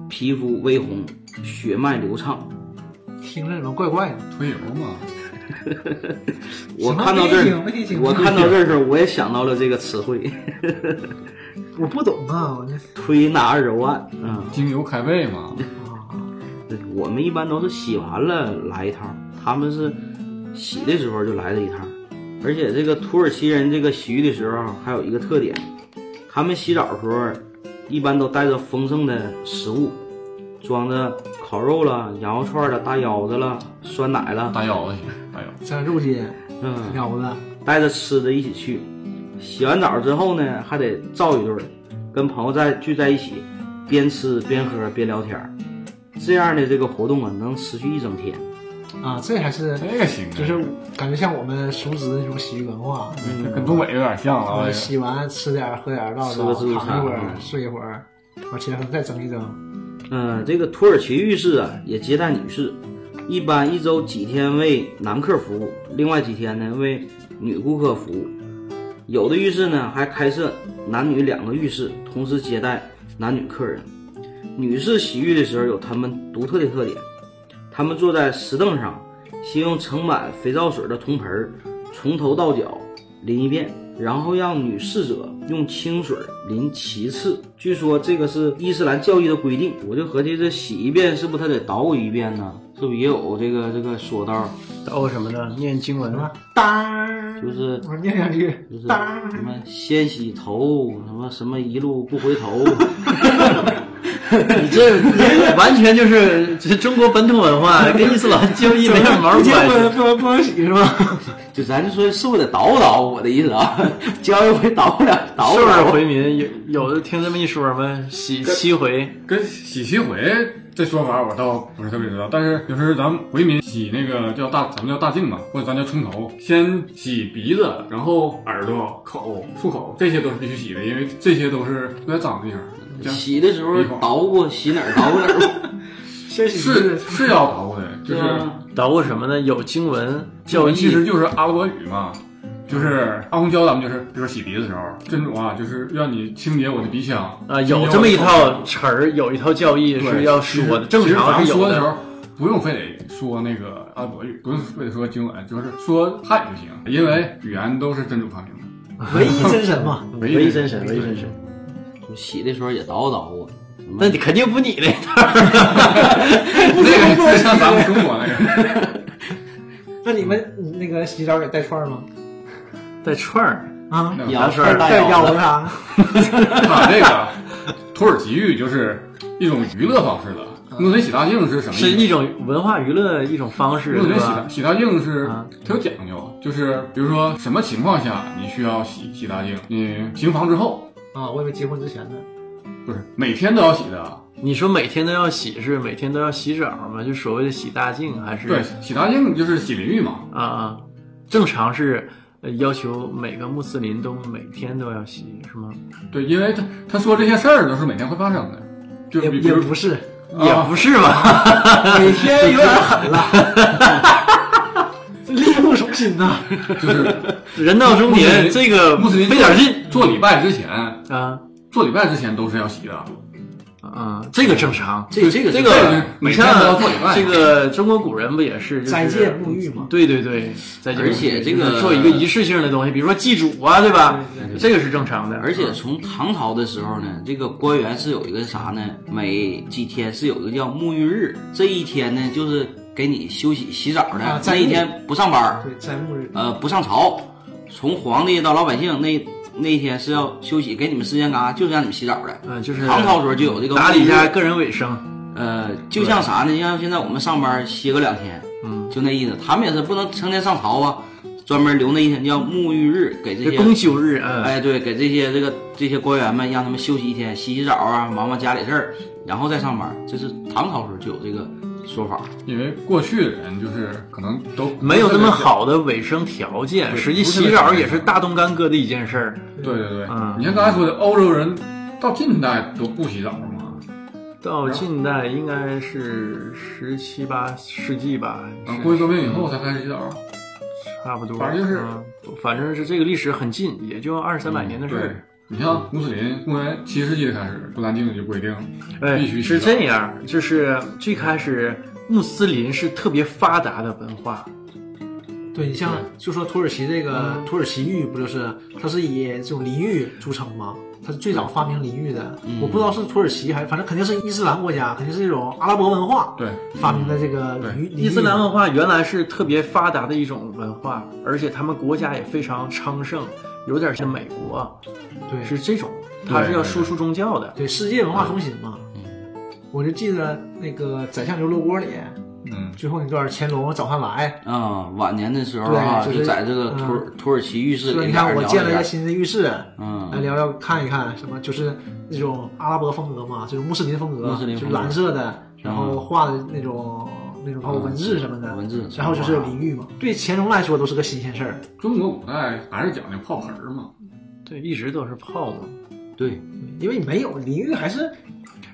Speaker 2: 皮肤微红，血脉流畅。
Speaker 4: 听着怎么怪怪的？
Speaker 3: 推油嘛，
Speaker 2: 我看到这
Speaker 4: 什么没听清没
Speaker 2: 儿，我
Speaker 4: 听清
Speaker 2: 看到这儿的时候，我也想到了这个词汇。
Speaker 4: 我不懂啊，我这
Speaker 2: 推拿揉按啊、
Speaker 3: 精油开胃嘛，
Speaker 4: 啊，
Speaker 2: 对我们一般都是洗完了来一趟，他们是洗的时候就来了一趟。而且这个土耳其人这个洗浴的时候啊还有一个特点，他们洗澡的时候一般都带着丰盛的食物，装着烤肉了、羊肉串了、大腰子了、酸奶了，
Speaker 3: 大腰子，大腰子。
Speaker 4: 这肉筋、
Speaker 2: 嗯，
Speaker 4: 腰子，
Speaker 2: 带着吃的一起去。洗完澡之后呢，还得造一顿儿，跟朋友在聚在一起，边吃边喝边聊天儿，这样的这个活动啊，能持续一整天。
Speaker 4: 啊，这还是
Speaker 3: 这个行啊，
Speaker 4: 就是感觉像我们熟知的那种洗浴文化，
Speaker 2: 哦
Speaker 3: 这跟东北有点像啊。
Speaker 4: 呃
Speaker 3: 这个
Speaker 4: 洗完吃点儿喝点儿唠
Speaker 2: 哎吃个
Speaker 4: 唠，
Speaker 2: 自助
Speaker 4: 躺一会
Speaker 2: 餐
Speaker 4: 儿
Speaker 2: 嗯
Speaker 4: 睡一会儿，往起来再蒸一蒸。
Speaker 2: 嗯、这个土耳其浴室啊，也接待女士，一般一周几天为男客服务，另外几天呢为女顾客服务。有的浴室呢还开设男女两个浴室，同时接待男女客人。女士洗浴的时候有她们独特的特点，她们坐在石凳上，先用盛满肥皂水的铜盆儿从头到脚淋一遍，然后让女侍者用清水淋其次。据说这个是伊斯兰教义的规定，我就合计这洗一遍是不是他得捣鼓一遍呢？是不是也有这个这个说道，
Speaker 1: 哦什么的，念经文吗？
Speaker 4: 当，
Speaker 2: 就是
Speaker 4: 我念两句
Speaker 2: 就是，
Speaker 4: 当
Speaker 2: 什，么先洗头，什么什么一路不回头，
Speaker 1: 你这你这完全就是这中国本土文 化，跟伊斯兰教义没有毛关
Speaker 4: 不结婚
Speaker 1: 系。
Speaker 4: 不能不能洗是吧？
Speaker 2: 就咱就说是不是得捣鼓捣鼓？我的意思啊，教一回捣鼓两捣鼓
Speaker 1: 是不是
Speaker 2: 两回。
Speaker 1: 回民有有的听这么一说吗？洗七回，
Speaker 3: 嗯跟洗洗回这说法我倒不是特别知道，但是就是咱们回民洗那个叫大，咱们叫大净嘛，或者咱叫冲头，先洗鼻子，然后耳朵、口、漱口，这些都是必须洗的，因为这些都是都在脏的地方。这样
Speaker 2: 洗的时候捣鼓洗哪儿捣鼓哪儿，
Speaker 4: 先洗
Speaker 3: 是是要捣鼓的，就是、
Speaker 1: 捣鼓什么呢？有经文教
Speaker 3: 就
Speaker 1: 义，
Speaker 3: 其实就是阿拉伯语嘛。就是阿公教咱们，就是比如说洗鼻子的时候，这种啊，就是让你清洁我的鼻腔
Speaker 1: 啊，有这么一
Speaker 3: 清洁我的口
Speaker 1: 套词儿，有一套教义
Speaker 3: 嗯对
Speaker 1: 是要说的，
Speaker 3: 其实
Speaker 1: 正常是
Speaker 3: 其实咱们
Speaker 1: 有
Speaker 3: 说的时候，不用非得说那个阿拉伯语，不用非得说经文，就是说汉语就行，因为语言都是真主发明的。
Speaker 4: 唯一真神嘛，
Speaker 1: 唯一真神，唯一真神。
Speaker 2: 就 洗的时候也捣鼓捣鼓。什
Speaker 3: 嗯
Speaker 2: 么
Speaker 1: 那你肯定不你那套。
Speaker 3: 不是不像咱们中国 那个，
Speaker 4: 那你们那个洗澡也带串儿吗？
Speaker 1: 带串儿，
Speaker 3: 嗯
Speaker 4: 啊，
Speaker 3: 那啊
Speaker 2: 羊
Speaker 1: 啥事
Speaker 2: 串
Speaker 1: 儿
Speaker 2: 大
Speaker 4: 带腰
Speaker 2: 腰
Speaker 4: 子
Speaker 2: 子，
Speaker 4: 啥？
Speaker 3: 他这个土耳其浴就是一种娱乐方式了。
Speaker 1: 嗯
Speaker 3: 弄水洗大净是什么
Speaker 1: 是
Speaker 3: 意
Speaker 1: 一
Speaker 3: 思？
Speaker 1: 种文化娱乐的一种方式，
Speaker 3: 弄
Speaker 1: 对
Speaker 3: 水洗
Speaker 1: 吧
Speaker 3: 大？洗大净是
Speaker 1: 啊
Speaker 3: 它有讲究，就是比如说什么情况下你需要洗洗大净？你行房之后
Speaker 4: 啊，我以为结婚之前呢，
Speaker 3: 不是每天都要洗的啊，
Speaker 1: 你说每天都要洗，是每天都要洗澡吗？就所谓的洗大净，还是
Speaker 3: 对，洗大净就是洗淋浴嘛。
Speaker 1: 啊、啊，正常是呃要求每个穆斯林都每天都要洗，是吗？
Speaker 3: 对，因为他他说这些事儿都是每天会发生的，就
Speaker 4: 也
Speaker 3: 比比
Speaker 4: 也
Speaker 3: 如
Speaker 4: 不是，
Speaker 3: 啊
Speaker 1: 也不是 吧？
Speaker 4: 每天有点狠了， 力不从心呐。
Speaker 3: 就是
Speaker 1: 人到中年，
Speaker 3: 穆斯林
Speaker 1: 这个
Speaker 3: 穆斯林
Speaker 1: 费点劲
Speaker 3: 做礼拜之前，
Speaker 1: 啊
Speaker 3: 做礼拜之前都是要洗的。
Speaker 1: 啊，这个正常。
Speaker 2: 这这个
Speaker 1: 这
Speaker 2: 是
Speaker 1: 个
Speaker 3: 每
Speaker 1: 你
Speaker 3: 天都要
Speaker 1: 像
Speaker 3: 做礼拜
Speaker 1: 这个中国古人不也是就是
Speaker 4: 斋戒沐浴嘛
Speaker 1: 对对对，斋戒沐浴
Speaker 2: 而且这个
Speaker 1: 就是做一个仪式性的东西，比如说祭祖啊，对吧？这个是正常的。
Speaker 2: 而且从唐朝的时候呢，这个官员是有一个啥呢？每几天是有一个叫沐浴日，这一天呢就是给你休息洗澡的，
Speaker 4: 啊在
Speaker 2: 那一天不上班儿，
Speaker 4: 对，在沐日
Speaker 2: 呃，不上朝，从皇帝到老百姓那那一天是要休息，给你们时间干啥？就是让你们洗澡的。
Speaker 1: 嗯，就是
Speaker 2: 唐朝时候就有这个
Speaker 1: 打理一
Speaker 2: 沐浴
Speaker 1: 下
Speaker 2: 日
Speaker 1: 个人卫生。
Speaker 2: 呃，就像啥呢？就像现在我们上班歇个两天，
Speaker 1: 嗯，
Speaker 2: 就那意思。他们也是不能成天上朝啊，专门留那一天叫沐浴日给这
Speaker 1: 这
Speaker 2: 些
Speaker 1: 公休日，嗯，
Speaker 2: 哎，对，给这些这个这些官员们，让他们休息一天，洗洗澡啊，忙忙家里事儿，然后再上班。这是唐朝时候就有这个说法。
Speaker 3: 因为过去的人就是可能都
Speaker 1: 没有那么。好的卫生条件，
Speaker 3: 对
Speaker 1: 实际
Speaker 3: 不是那
Speaker 1: 洗
Speaker 3: 个
Speaker 1: 澡
Speaker 3: 条
Speaker 1: 也
Speaker 3: 件
Speaker 1: 是大动干戈的一件事儿。
Speaker 3: 对对对，
Speaker 1: 嗯
Speaker 3: 你像刚才说的，欧洲人到近代都不洗澡嘛，
Speaker 1: 到近代应该是十七八世纪吧，
Speaker 3: 等
Speaker 1: 是
Speaker 3: 工业革命以后才开始洗澡。
Speaker 1: 差不多。
Speaker 3: 啊反正就是
Speaker 1: 嗯，反正是这个历史很近，也就二三百年的事
Speaker 3: 对
Speaker 1: 儿。，
Speaker 3: 你
Speaker 1: 嗯
Speaker 3: 像穆斯林，公元七世纪开始，不干净就规定，
Speaker 1: 哎，
Speaker 3: 必须洗
Speaker 1: 是
Speaker 3: 澡
Speaker 1: 这样，就是最开始穆斯林是特别发达的文化，
Speaker 4: 对你像就说土耳其这个土耳其浴不就是它是以这种淋浴著称吗？它是最早发明淋浴的，我不知道是土耳其还反正肯定是伊斯兰国家，肯定是这种阿拉伯文化
Speaker 3: 对，
Speaker 4: 发明的这个
Speaker 3: 对
Speaker 4: 淋浴。淋浴
Speaker 1: 伊斯兰文化原来是特别发达的一种文化，而且他们国家也非常昌盛，有点像美国，
Speaker 4: 对
Speaker 1: 是这种，它是要输出宗教的。
Speaker 4: 对世界文化中心嘛。我就记得那个《宰相刘罗锅》里
Speaker 3: 嗯，
Speaker 4: 最后那段乾隆早饭来，
Speaker 2: 啊、晚年的时候
Speaker 4: 对
Speaker 2: 啊，
Speaker 4: 就是
Speaker 2: 就在这个土耳、土耳其浴室
Speaker 4: 说
Speaker 2: 里
Speaker 4: 你
Speaker 2: 面
Speaker 4: 看
Speaker 2: 聊
Speaker 4: 我
Speaker 2: 一
Speaker 4: 建了一哎
Speaker 2: 下
Speaker 4: 个新的浴室，来
Speaker 2: 嗯，
Speaker 4: 聊聊看一看什么，就是那种阿拉伯风格嘛，就是穆斯林风格，嗯
Speaker 2: 穆斯林
Speaker 4: 就
Speaker 2: 风
Speaker 4: 是
Speaker 2: 格
Speaker 4: 蓝色的，然后画的那种那种包嗯括文字什么的，
Speaker 2: 文字
Speaker 4: 然后就是淋浴嘛，对乾隆来说都是个新鲜事儿。
Speaker 3: 中国古代还是讲究泡盆儿嘛，
Speaker 1: 对，一直都是泡嘛。
Speaker 4: 嗯
Speaker 2: 对，
Speaker 4: 因为你没有淋浴还是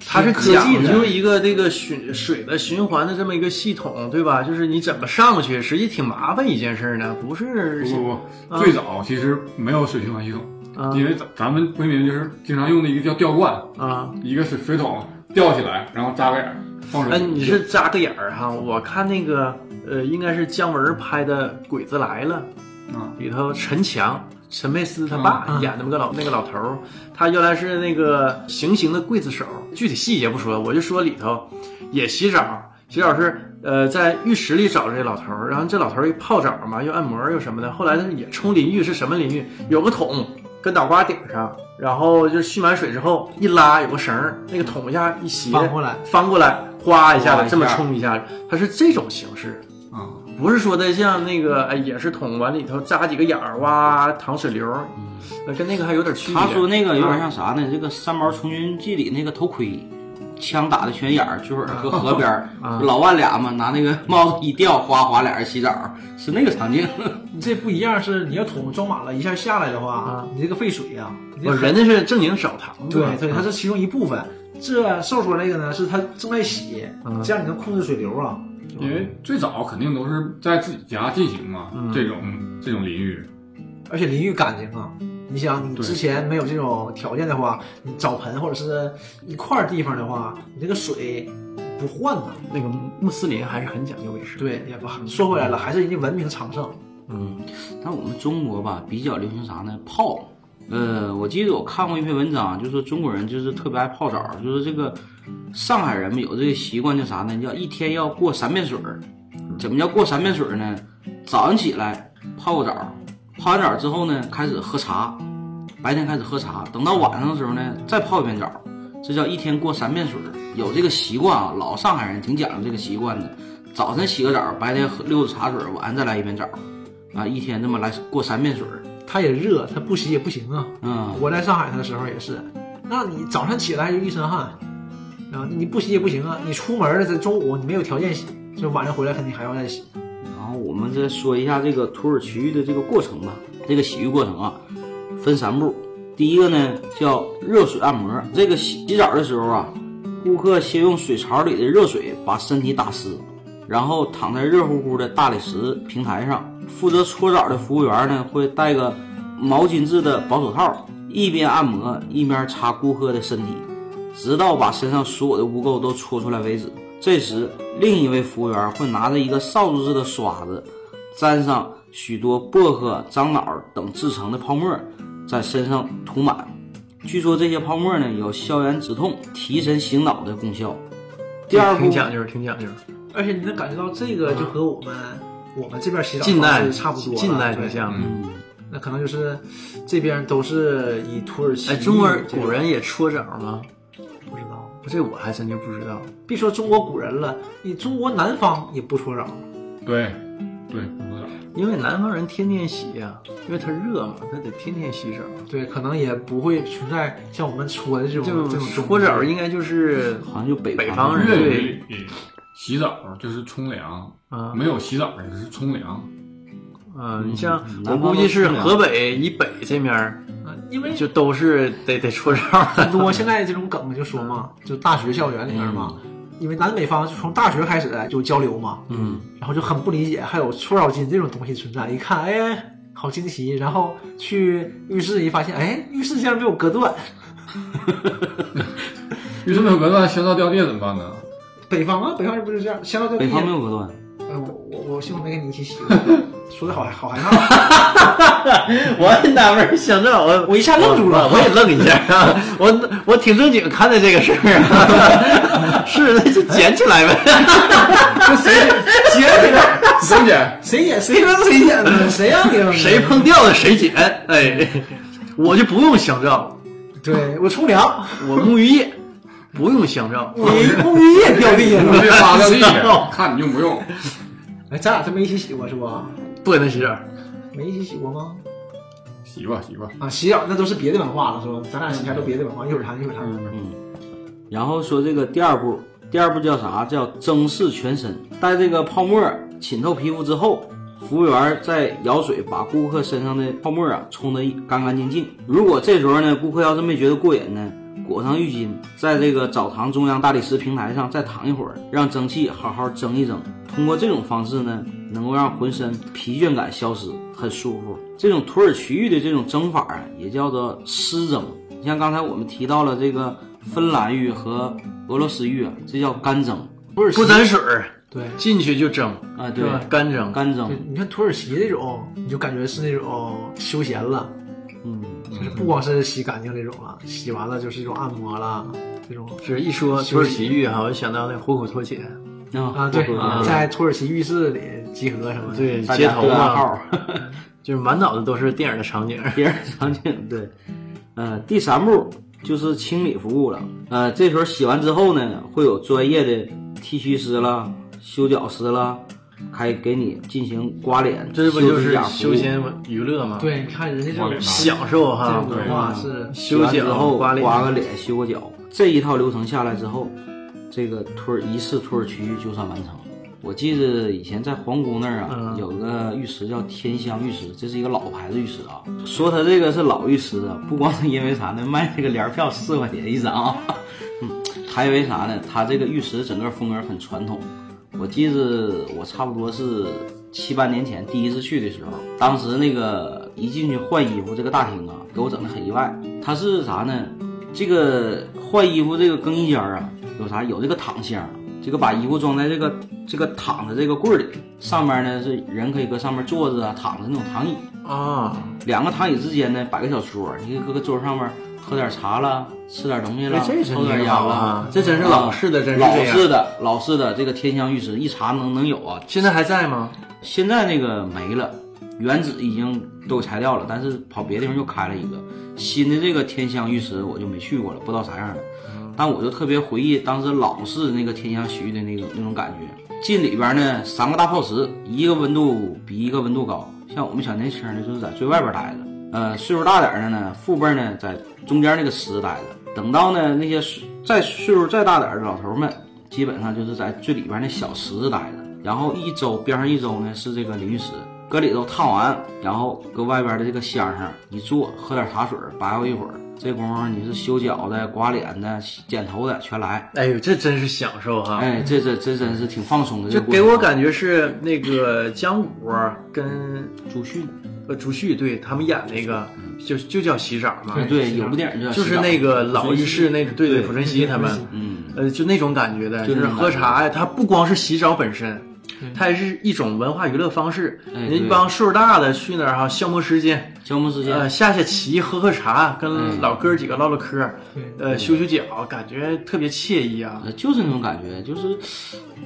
Speaker 1: 它是
Speaker 4: 科技的
Speaker 1: 讲究一个这个循水的循环的这么一个系统，对吧？就是你怎么上去，实际挺麻烦一件事儿呢，不是
Speaker 3: 不？不不，
Speaker 1: 啊
Speaker 3: 最早其实没有水循环系统，
Speaker 1: 啊
Speaker 3: 因为咱咱们回民就是经常用的一个叫吊罐，
Speaker 1: 啊，
Speaker 3: 一个水水桶吊起来，然后扎个眼儿放水。
Speaker 1: 哎，你是扎个眼儿哈？我看那个呃，应该是姜文拍的《鬼子来了》，
Speaker 3: 啊，
Speaker 1: 里头陈强、陈佩斯他爸
Speaker 4: 嗯嗯
Speaker 1: 演的那个老那个老头儿，他原来是那个行刑的刽子手，具体细节不说，我就说里头也洗澡，洗澡是呃在浴室里找这老头儿，然后这老头儿一泡澡嘛，又按摩又什么的，后来他也冲淋浴，是什么淋浴？有个桶跟脑瓜顶上，然后就蓄满水之后一拉有个绳儿，那个桶一下一斜
Speaker 4: 翻过来，
Speaker 1: 翻过来，哗一下
Speaker 2: 哗
Speaker 1: 子
Speaker 2: 一下
Speaker 1: 这么冲一下子，它是这种形式。
Speaker 3: 啊，
Speaker 4: 嗯
Speaker 1: 不是说的像那个，哎，也是桶完里头扎几个眼儿，哇，淌水流，
Speaker 4: 嗯
Speaker 1: 呃跟那个还有点区别。
Speaker 2: 他说
Speaker 4: 啊
Speaker 2: 那个有点像啥呢？这个《三毛从军记》里那个头盔，枪打的全眼儿，就是搁河边儿，
Speaker 1: 啊
Speaker 2: 老万俩嘛，拿那个 帽子一吊，哗哗俩人洗澡，是那个场景。
Speaker 4: 你这不一样，是你要桶装满了一下下来的话，
Speaker 1: 啊
Speaker 4: 你这个费水呀、你
Speaker 1: 不，
Speaker 4: 这
Speaker 1: 呃人家是正经澡堂子，
Speaker 4: 哦对对，嗯它是其中一部分。这瘦说这个呢，是它正在洗，这样你能控制水流啊。
Speaker 3: 因为最早肯定都是在自己家进行嘛，
Speaker 1: 嗯
Speaker 3: 这种这种淋浴，
Speaker 4: 而且淋浴干净啊。你想，你
Speaker 3: 对
Speaker 4: 之前没有这种条件的话，你澡盆或者是一块儿地方的话，你这个水不换呢，
Speaker 1: 那个穆斯林还是很讲究卫生。
Speaker 4: 对，也不好。说回来了，还是人家文明昌盛，
Speaker 1: 嗯，
Speaker 2: 但我们中国吧，比较流行啥呢？泡。呃，我记得我看过一篇文章，就说中国人就是特别爱泡澡，就是这个上海人们有这个习惯叫啥呢？叫一天要过三遍水儿。怎么叫过三遍水儿呢？早上起来泡个澡，泡完澡之后呢，开始喝茶，白天开始喝茶，等到晚上的时候呢，再泡一遍澡，这叫一天过三遍水儿，有这个习惯啊。老上海人挺讲究这个习惯的，早晨洗个澡，白天喝六子茶水，晚上再来一遍澡，啊，一天这么来过三遍水儿。
Speaker 4: 它也热，它不洗也不行啊。
Speaker 2: 嗯，
Speaker 4: 我在上海的时候也是，那你早上起来就一身汗，啊，你不洗也不行啊。你出门了，这中午你没有条件洗，就晚上回来肯定还要再洗。
Speaker 2: 然后我们再说一下这个土耳其浴的这个过程吧，这个洗浴过程啊，分三步。第一个呢叫热水按摩，这个洗洗澡的时候啊，顾客先用水槽里的热水把身体打湿，然后躺在热乎乎的大理石平台上。负责搓澡的服务员呢会戴个毛巾制的保手套，一边按摩一边擦顾客的身体，直到把身上所有的污垢都搓出来为止。这时，另一位服务员会拿着一个扫帚似的刷子，沾上许多薄荷、樟脑等制成的泡沫，在身上涂满。据说这些泡沫呢有消炎止痛、提神醒脑的功效。第二步
Speaker 1: 挺，讲究，挺讲究。
Speaker 4: 而且你能感觉到这个就和我们、我们这边洗澡
Speaker 1: 近代
Speaker 4: 方式差不多了，
Speaker 1: 近代
Speaker 4: 对
Speaker 1: 挺像的。
Speaker 2: 嗯，
Speaker 4: 那可能就是这边都是以土耳其，
Speaker 1: 哎，中国人古人也搓澡吗？
Speaker 4: 不知道，
Speaker 1: 不，这我还真就不知道。
Speaker 4: 别说中国古人了，你中国南方也不搓澡，
Speaker 3: 对，对，不是
Speaker 1: 因为南方人天天洗呀、因为他热嘛，他得天天洗澡。
Speaker 4: 对，可能也不会存在像我们搓的这种
Speaker 1: 就
Speaker 4: 这种
Speaker 1: 搓澡应该就是
Speaker 2: 好像就北
Speaker 1: 北方人
Speaker 3: 粤
Speaker 1: 对
Speaker 3: 语里洗澡就是冲凉，
Speaker 1: 啊，
Speaker 3: 没有洗澡的是冲凉。
Speaker 1: 嗯，你像
Speaker 2: 嗯
Speaker 1: 我估计是河北以北这面儿
Speaker 4: 啊，因为
Speaker 1: 就都是得得搓澡
Speaker 4: 很多现在这种梗就说嘛，就大学校园里面嘛，因为南北方就从大学开始就交流嘛，
Speaker 1: 嗯，
Speaker 4: 然后就很不理解还有搓澡巾这种东西存在，一看哎好惊奇，然后去浴室一发现，哎浴室竟然没有隔断，
Speaker 3: 浴室没有隔断，香皂掉地怎么办 呢？
Speaker 4: 北方啊北方人不是这样，香皂掉
Speaker 2: 北
Speaker 4: 地
Speaker 2: 方没有隔断。
Speaker 4: 呃，我我我幸亏没跟你一起洗过，说的好好害怕。
Speaker 1: 我也纳闷儿，想着我
Speaker 4: 我一下愣住了
Speaker 1: 我我也愣一下啊， 我我挺正经看待这个事儿 啊，是那就捡起来呗，
Speaker 3: 这谁捡起来？谁捡？
Speaker 4: 谁演谁扔谁演的？谁让你扔的？
Speaker 1: 谁碰掉了谁捡，哎，我就不用香皂，
Speaker 4: 对我冲凉，
Speaker 1: 我沐浴 液不用香皂，
Speaker 4: 我一沐浴液掉地
Speaker 3: 你
Speaker 4: 上
Speaker 3: 别发
Speaker 4: 了。
Speaker 3: 掉地， 看你用不用。
Speaker 4: 哎，咱俩真没一起洗过是不？
Speaker 1: 不跟他洗澡，
Speaker 4: 没一起洗过吗？
Speaker 3: 洗吧，洗吧。
Speaker 4: 啊，洗澡那都是别的文化了是吧？咱俩洗还都别的文化，一会儿谈一会儿谈。
Speaker 3: 嗯，
Speaker 2: 然后说这个第二步，第二步叫啥？叫蒸释全身。待这个泡沫浸透皮肤之后，服务员再舀水把顾客身上的泡沫啊冲得干干净净。如果这时候呢，顾客要是没觉得过瘾呢，裹上浴巾，在这个澡堂中央大理石平台上再躺一会儿，让蒸汽好好蒸一蒸。通过这种方式呢，能够让浑身疲倦感消失，很舒服。这种土耳其浴的这种蒸法啊，也叫做湿蒸。你像刚才我们提到了这个芬兰浴和俄罗斯浴啊，这叫干蒸
Speaker 4: 土耳其
Speaker 1: 不沾水儿
Speaker 4: 对，
Speaker 1: 进去就蒸，
Speaker 2: 啊，
Speaker 1: 对
Speaker 2: 对，
Speaker 1: 吧？干蒸，
Speaker 2: 干
Speaker 4: 就
Speaker 2: 蒸，
Speaker 4: 你看土耳其这种，你就感觉是那种休闲了，
Speaker 2: 嗯，
Speaker 4: 就是不光是洗干净这种了，洗完了就是一种按摩了，这种
Speaker 1: 是一说土耳其浴哈，我就想到那虎口脱险，
Speaker 4: 啊，对
Speaker 1: 啊，
Speaker 4: 在土耳其浴室里集合什么的。
Speaker 1: 对，
Speaker 2: 大
Speaker 1: 街
Speaker 2: 家
Speaker 1: 头
Speaker 2: 各大
Speaker 1: 啊，
Speaker 2: 号。
Speaker 1: 就是满脑子都是电影的场景。
Speaker 2: 别人场景。对，呃，第三步就是清理服务了。呃，这时候洗完之后呢，会有专业的剃须师啦、修脚师啦，还给你进行刮脸、
Speaker 1: 这不就
Speaker 2: 修指
Speaker 1: 是
Speaker 2: 甲服务
Speaker 1: 休？闲娱乐吗？，
Speaker 4: 对，你看人家这
Speaker 3: 往
Speaker 4: 种
Speaker 3: 脸上
Speaker 4: 洗
Speaker 1: 享受
Speaker 4: 这
Speaker 1: 哈啊
Speaker 4: 种，啊文化是
Speaker 2: 洗
Speaker 1: 修
Speaker 2: 完之后
Speaker 1: 脚、刮脸，
Speaker 2: 刮个脸、修个脚，这一套流程下来之后，这个土耳一次土耳其浴就算完成了。我记得以前在皇姑那儿啊，
Speaker 1: 嗯
Speaker 2: 有个浴池叫天香浴池，这是一个老牌子浴池啊。说它这个是老浴池啊，不光是因为啥呢，卖这个帘儿票四块钱一张啊， 嗯，还因为啥呢？它这个浴池整个风格很传统。我记得我差不多是七八年前第一次去的时候，当时那个一进去换衣服这个大厅啊，给我整的很意外。它是啥呢？这个换衣服这个更衣间儿啊，有啥？有这个躺箱，这个把衣服装在这个这个躺的这个柜儿里，上面呢是人可以搁上面坐着啊，躺着那种躺椅。
Speaker 1: 啊，
Speaker 2: 两个躺椅之间呢摆个小桌儿，你可以搁个桌上面喝点茶啦，吃点东西啦，
Speaker 1: 哎这真
Speaker 2: 抽点
Speaker 1: 挺
Speaker 2: 烟
Speaker 1: 好
Speaker 2: 啦
Speaker 1: 啊。，这真是老式的，真是
Speaker 2: 老
Speaker 1: 这
Speaker 2: 式
Speaker 1: 样。
Speaker 2: 的老式的这个天香浴室一查能能有啊，
Speaker 1: 现在还在吗？
Speaker 2: 现在那个没了，原址已经都拆掉了，但是跑别的地方又开了一个新的这个天香浴池，我就没去过了，不知道啥样了。但我就特别回忆当时老式那个天香洗浴的那个那种感觉。进里边呢，三个大泡池，一个温度比一个温度高。像我们小年轻呢，就是在最外边待着。呃，岁数大点儿的呢，父辈呢在中间那个池待着。等到呢那些岁再岁数再大点儿的老头们，基本上就是在最里边那小池子待着。然后一周边上一周呢是这个淋浴池，搁里头烫完，然后搁外边的这个箱上一坐，喝点茶水儿，白活一会儿。这功夫你是修脚的、刮脸的、剪头的全来，
Speaker 1: 哎呦，这真是享受哈！
Speaker 2: 哎，这这这真是挺放松的。
Speaker 1: 啊就
Speaker 2: 这
Speaker 1: 给我感觉是那个姜武啊跟
Speaker 2: 朱旭，
Speaker 1: 呃朱旭对他们演那个，就就叫洗澡嘛，
Speaker 2: 哎嗯对，有部电影就叫
Speaker 1: 就是
Speaker 2: 洗澡
Speaker 1: 那个老浴室那个，对对，
Speaker 2: 对
Speaker 1: 濮存昕他们，
Speaker 2: 嗯，
Speaker 1: 呃，就那种感觉的，就
Speaker 2: 就
Speaker 1: 是是
Speaker 2: 那种
Speaker 1: 喝
Speaker 2: 感觉
Speaker 1: 茶呀，它不光是洗澡本身，它也是一种文化娱乐方式。
Speaker 2: 哎
Speaker 1: 人一
Speaker 2: 对
Speaker 1: 帮岁数大的去那儿哈消磨时间，
Speaker 2: 消磨时间。
Speaker 1: 呃，下下棋，喝喝茶，跟
Speaker 2: 哎
Speaker 1: 老哥几个唠唠嗑，呃，修修脚，感觉特别惬意啊。
Speaker 2: 呃就是那种感觉，就是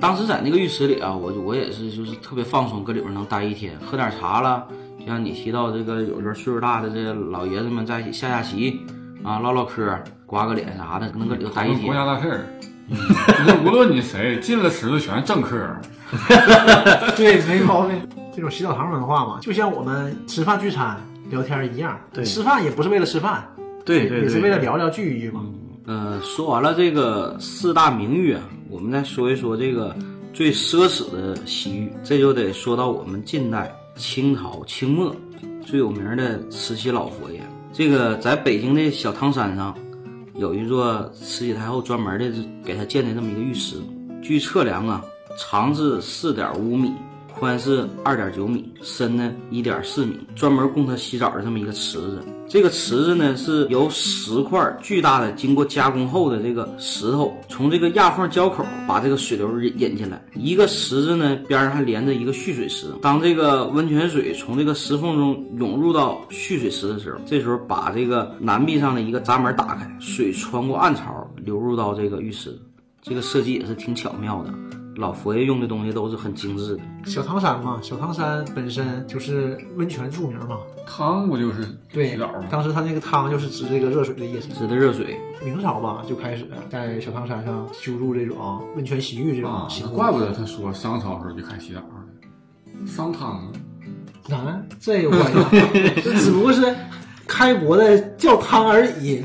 Speaker 2: 当时在那个浴池里啊，我就我也是就是特别放松，搁里边能待一天，喝点茶了，就像你提到这个有时候岁数大的这老爷子们在一起下下棋啊，唠唠嗑，刮个脸啥的，能搁里头待一
Speaker 3: 国
Speaker 2: 天。
Speaker 3: 家大事儿。你说无论你谁 进了池子全是政客，
Speaker 4: 对，没毛病。这种洗澡堂文化嘛，就像我们吃饭聚餐聊天一样，
Speaker 1: 对
Speaker 4: 吃饭也不是为了吃饭，
Speaker 1: 对对
Speaker 4: 也是为了
Speaker 1: 对，
Speaker 4: 聊聊聚一聚嘛。
Speaker 3: 嗯
Speaker 2: 呃，说完了这个四大名浴啊，我们再说一说这个最奢侈的洗浴，这就得说到我们近代清朝清末最有名的慈禧老佛爷。这个在北京的小汤山上，有一座慈禧太后专门的给她建的这么一个浴池，据测量啊，长是四点五米，宽是二点九米，深呢一点四米，专门供她洗澡的这么一个池子。这个池子呢是由石块巨大的经过加工后的这个石头，从这个压缝胶口把这个水流引引进来。一个池子呢边上还连着一个蓄水池，当这个温泉水从这个石缝中涌入到蓄水池的时候，这时候把这个南壁上的一个闸门打开，水穿过暗槽流入到这个浴池。这个设计也是挺巧妙的，老佛爷用的东西都是很精致的。
Speaker 4: 小汤山嘛，小汤山本身就是温泉著名嘛。
Speaker 3: 汤不就是洗
Speaker 4: 对
Speaker 3: 澡吗？
Speaker 4: 当时他那个汤就是指这个热水的意思。
Speaker 2: 指的热水，
Speaker 4: 明朝吧就开始在小汤山上修筑这种温泉洗浴这
Speaker 3: 啊
Speaker 4: 种，行
Speaker 3: 那
Speaker 4: 为。
Speaker 3: 怪不得他说商朝时候就开洗澡了，商汤
Speaker 4: 啊，这有关系，这只不过是开国的叫汤而已，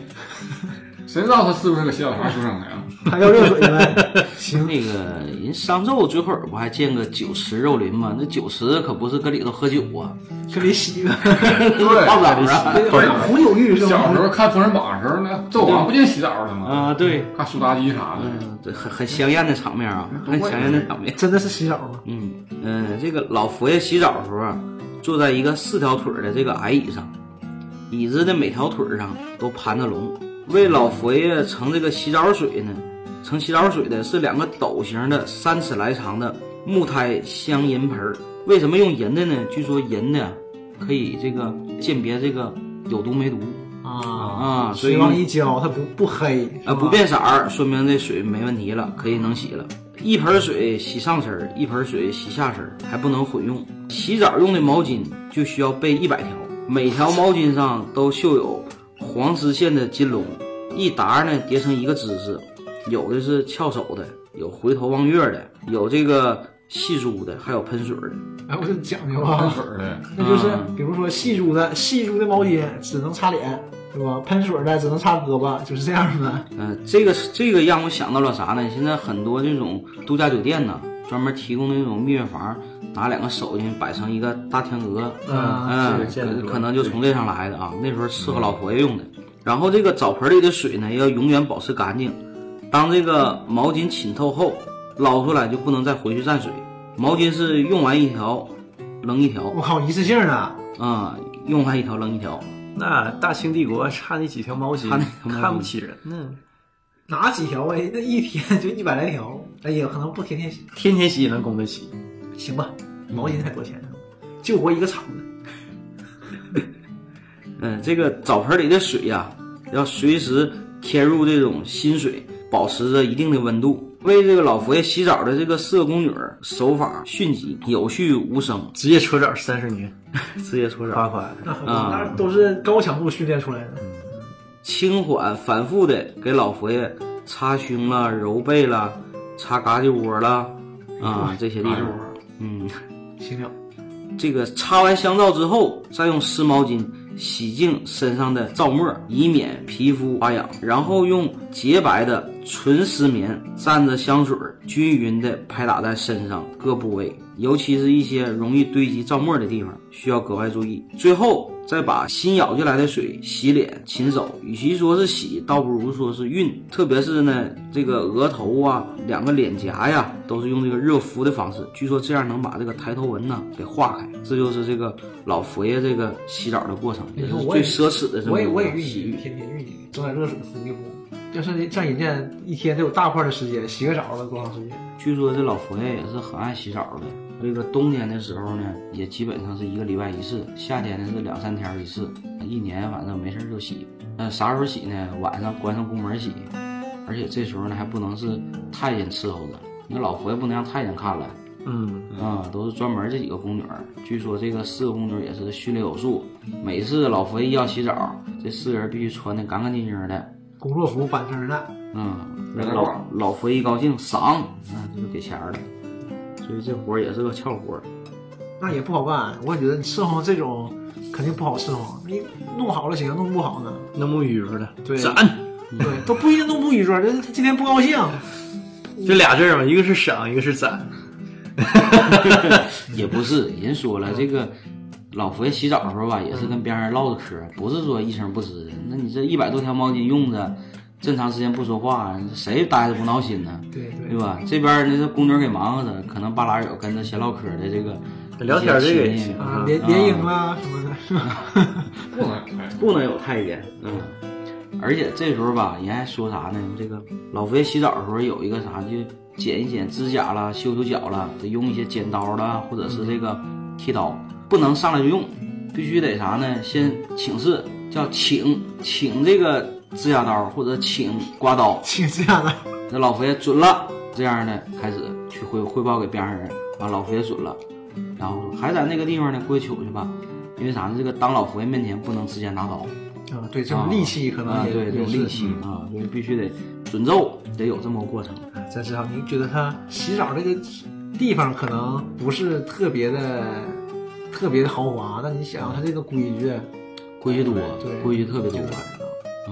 Speaker 3: 谁知道他是不是个洗澡堂出生的呀？
Speaker 4: 还要热水呗？ 行，
Speaker 2: 那个人商纣最后不还建个酒池肉林吗？那酒池可不是搁里头喝酒啊，
Speaker 4: 这里洗吧。
Speaker 2: 泡
Speaker 3: 对，
Speaker 2: 澡啊。
Speaker 4: 红酒浴是
Speaker 3: 小时
Speaker 4: 吧？
Speaker 3: 候看《封神榜》的时候呢，纣王不净洗澡了吗？
Speaker 2: 啊，对，
Speaker 3: 看苏妲己啥的，
Speaker 2: 嗯，这很很香艳的场面啊，很香艳的场面。
Speaker 4: 真的是洗澡吗？
Speaker 2: 嗯嗯，这个老佛爷洗澡的时候啊，坐在一个四条腿儿的这个矮椅上，椅子的每条腿儿上都盘着龙。为老佛爷盛这个洗澡水呢，盛洗澡水的是两个斗形的三尺来长的木胎镶银盆儿。为什么用银的呢？据说银的啊可以这个鉴别这个有毒没毒
Speaker 4: 啊，
Speaker 2: 啊，所以
Speaker 4: 水往一浇，它不不黑
Speaker 2: 啊，不
Speaker 4: 变。
Speaker 2: 变色儿，说明这水没问题了，可以能洗了。一盆水洗上身儿，一盆水洗下身儿，还不能混用。洗澡用的毛巾就需要备一百条，每条毛巾上都绣有黄丝线的金龙，一沓呢叠成一个姿势，有的是翘手的，有回头望月的，有这个细珠的，还有喷水的。
Speaker 4: 哎，我就讲究
Speaker 3: 喷
Speaker 4: 啊，
Speaker 3: 水的，
Speaker 4: 那就是比如说细珠的细珠的毛巾只能擦脸，对吧？喷水的只能擦胳膊，就是这样的。
Speaker 2: 呃，这个这个让我想到了啥呢？现在很多这种度假酒店呢，专门提供的那种蜜月房，拿两个手巾摆成一个大天鹅，
Speaker 1: 嗯
Speaker 4: 啊
Speaker 2: 嗯
Speaker 1: 是，见得
Speaker 2: 可
Speaker 1: 多
Speaker 2: 可能就从这上来的啊。那时候伺候老佛爷用的。然后这个澡盆里的水呢，要永远保持干净。当这个毛巾浸透后，捞出来就不能再回去蘸水。毛巾是用完一条扔一条，
Speaker 4: 我靠，一次性的，
Speaker 2: 啊、用完一条扔一条。
Speaker 1: 那大清帝国差那几条毛巾
Speaker 2: 差那条毛巾，
Speaker 1: 看不起人呢。
Speaker 4: 哪几条啊？那一天就一百来条，哎，也可能不天天洗。
Speaker 1: 天天洗也能供得起，
Speaker 4: 行吧，毛巾才多钱呢？救活一个厂子，
Speaker 2: 嗯，这个澡盆里的水呀、要随时添入这种新水，保持着一定的温度。为这个老佛爷洗澡的这个四个宫女儿手法迅疾，有序无声，
Speaker 1: 职业搓澡三十年，
Speaker 2: 直接搓
Speaker 1: 罚
Speaker 2: 澡，
Speaker 1: 款。
Speaker 4: 那很多那都是高强度训练出来的。
Speaker 2: 轻缓反复的给老佛爷擦胸了、揉背了、擦嘎叽窝了啊这些地
Speaker 3: 哪
Speaker 2: 方
Speaker 3: 有。啊？
Speaker 2: 嗯，
Speaker 4: 行了，
Speaker 2: 这个擦完香皂之后，再用湿毛巾洗净身上的皂沫，以免皮肤发痒。然后用洁白的纯丝棉蘸着香水，均匀的拍打在身上各部位，尤其是一些容易堆积皂沫的地方，需要格外注意。最后再把新舀进来的水洗脸、勤手。与其说是洗，倒不如说是熨。特别是呢，这个额头啊、两个脸颊呀，都是用这个热敷的方式。据说这样能把这个抬头纹呢给化开。这就是这个老佛爷这个洗澡的过程，也
Speaker 4: 你
Speaker 2: 是
Speaker 4: 说我
Speaker 2: 最
Speaker 4: 也
Speaker 2: 奢侈的这
Speaker 4: 我
Speaker 2: 么
Speaker 4: 也
Speaker 2: 一
Speaker 4: 我也
Speaker 2: 个
Speaker 4: 熨
Speaker 2: 洗
Speaker 4: 你，
Speaker 2: 浴。
Speaker 4: 天天熨你，整点热水敷一敷。要是像人家一天得有大块的时间，洗个澡了多长时间？
Speaker 2: 据说这老佛爷也是很爱洗澡的。这个冬天的时候呢，也基本上是一个礼拜一次；夏天呢是两三天一次，一年反正没事儿就洗。那啥时候洗呢？晚上关上宫门洗，而且这时候呢还不能是太监伺候着，那老佛爷不能让太监看了
Speaker 1: 嗯，
Speaker 2: 啊、都是专门这几个宫女儿。据说这个四个宫女儿也是训练有素，每次老佛爷一要洗澡，这四个人必须穿的干干净净的，
Speaker 4: 工作服板正的，
Speaker 2: 嗯，
Speaker 3: 来个
Speaker 2: 老
Speaker 3: 罐儿
Speaker 2: 老佛爷一高兴，赏，嗯，这就给钱儿了。所以这活儿也是个俏活儿。
Speaker 4: 那也不好干。我感觉你伺候这种肯定不好伺候，你弄好了行，弄不好呢？
Speaker 1: 弄木鱼儿的，
Speaker 4: 对
Speaker 1: 闪，
Speaker 2: 嗯
Speaker 4: 对，都不一定弄不一桌，人他今天不高 兴，
Speaker 1: 就俩字儿嘛，一个是赏，一个是攒。嗯
Speaker 2: 也不是，人说了，这个老佛爷洗澡的时候吧，也是跟别人唠着嗑儿，不是说一声不吱的。那你这一百多条毛巾用着，这么长时间不说话，谁待着不闹心呢？
Speaker 4: 对对
Speaker 2: 对吧？这边儿那这宫女儿给忙活着，可能巴拉友跟着闲唠嗑儿的这个
Speaker 1: 聊天儿这个也
Speaker 2: 一些亲戚
Speaker 1: 行
Speaker 4: 啊，联
Speaker 2: 嗯
Speaker 4: 联营啊什么的，是吧？
Speaker 3: 不能哎开，
Speaker 2: 不能有太监。嗯，而且这时候吧，人还说啥呢？这个老佛爷洗澡的时候有一个啥，就剪一剪指甲啦，修修脚啦，得用一些剪刀啦，或者是这个剃刀，不能上来就用，必须得啥呢？先请示，叫请请这个指甲刀或者请刮刀，
Speaker 4: 请这样的，
Speaker 2: 那老佛爷准了，这样呢开始去汇汇报给边上人，完、老佛爷准了，然后说还在那个地方呢，过去取去吧，因为啥呢？这个当老佛爷面前不能直接拿刀。
Speaker 4: 啊，对，这种戾气可能
Speaker 2: 啊，
Speaker 4: 也
Speaker 2: 对，这
Speaker 4: 也
Speaker 2: 种
Speaker 4: 是嗯
Speaker 2: 戾气啊，就是必须得准奏，得有这么个过程。
Speaker 4: 咱知道，您啊觉得他洗澡这个地方可能不是特别的、特别的豪华，但你想他这个规矩，
Speaker 2: 规矩多
Speaker 4: 对，
Speaker 2: 规矩特别多
Speaker 4: 这个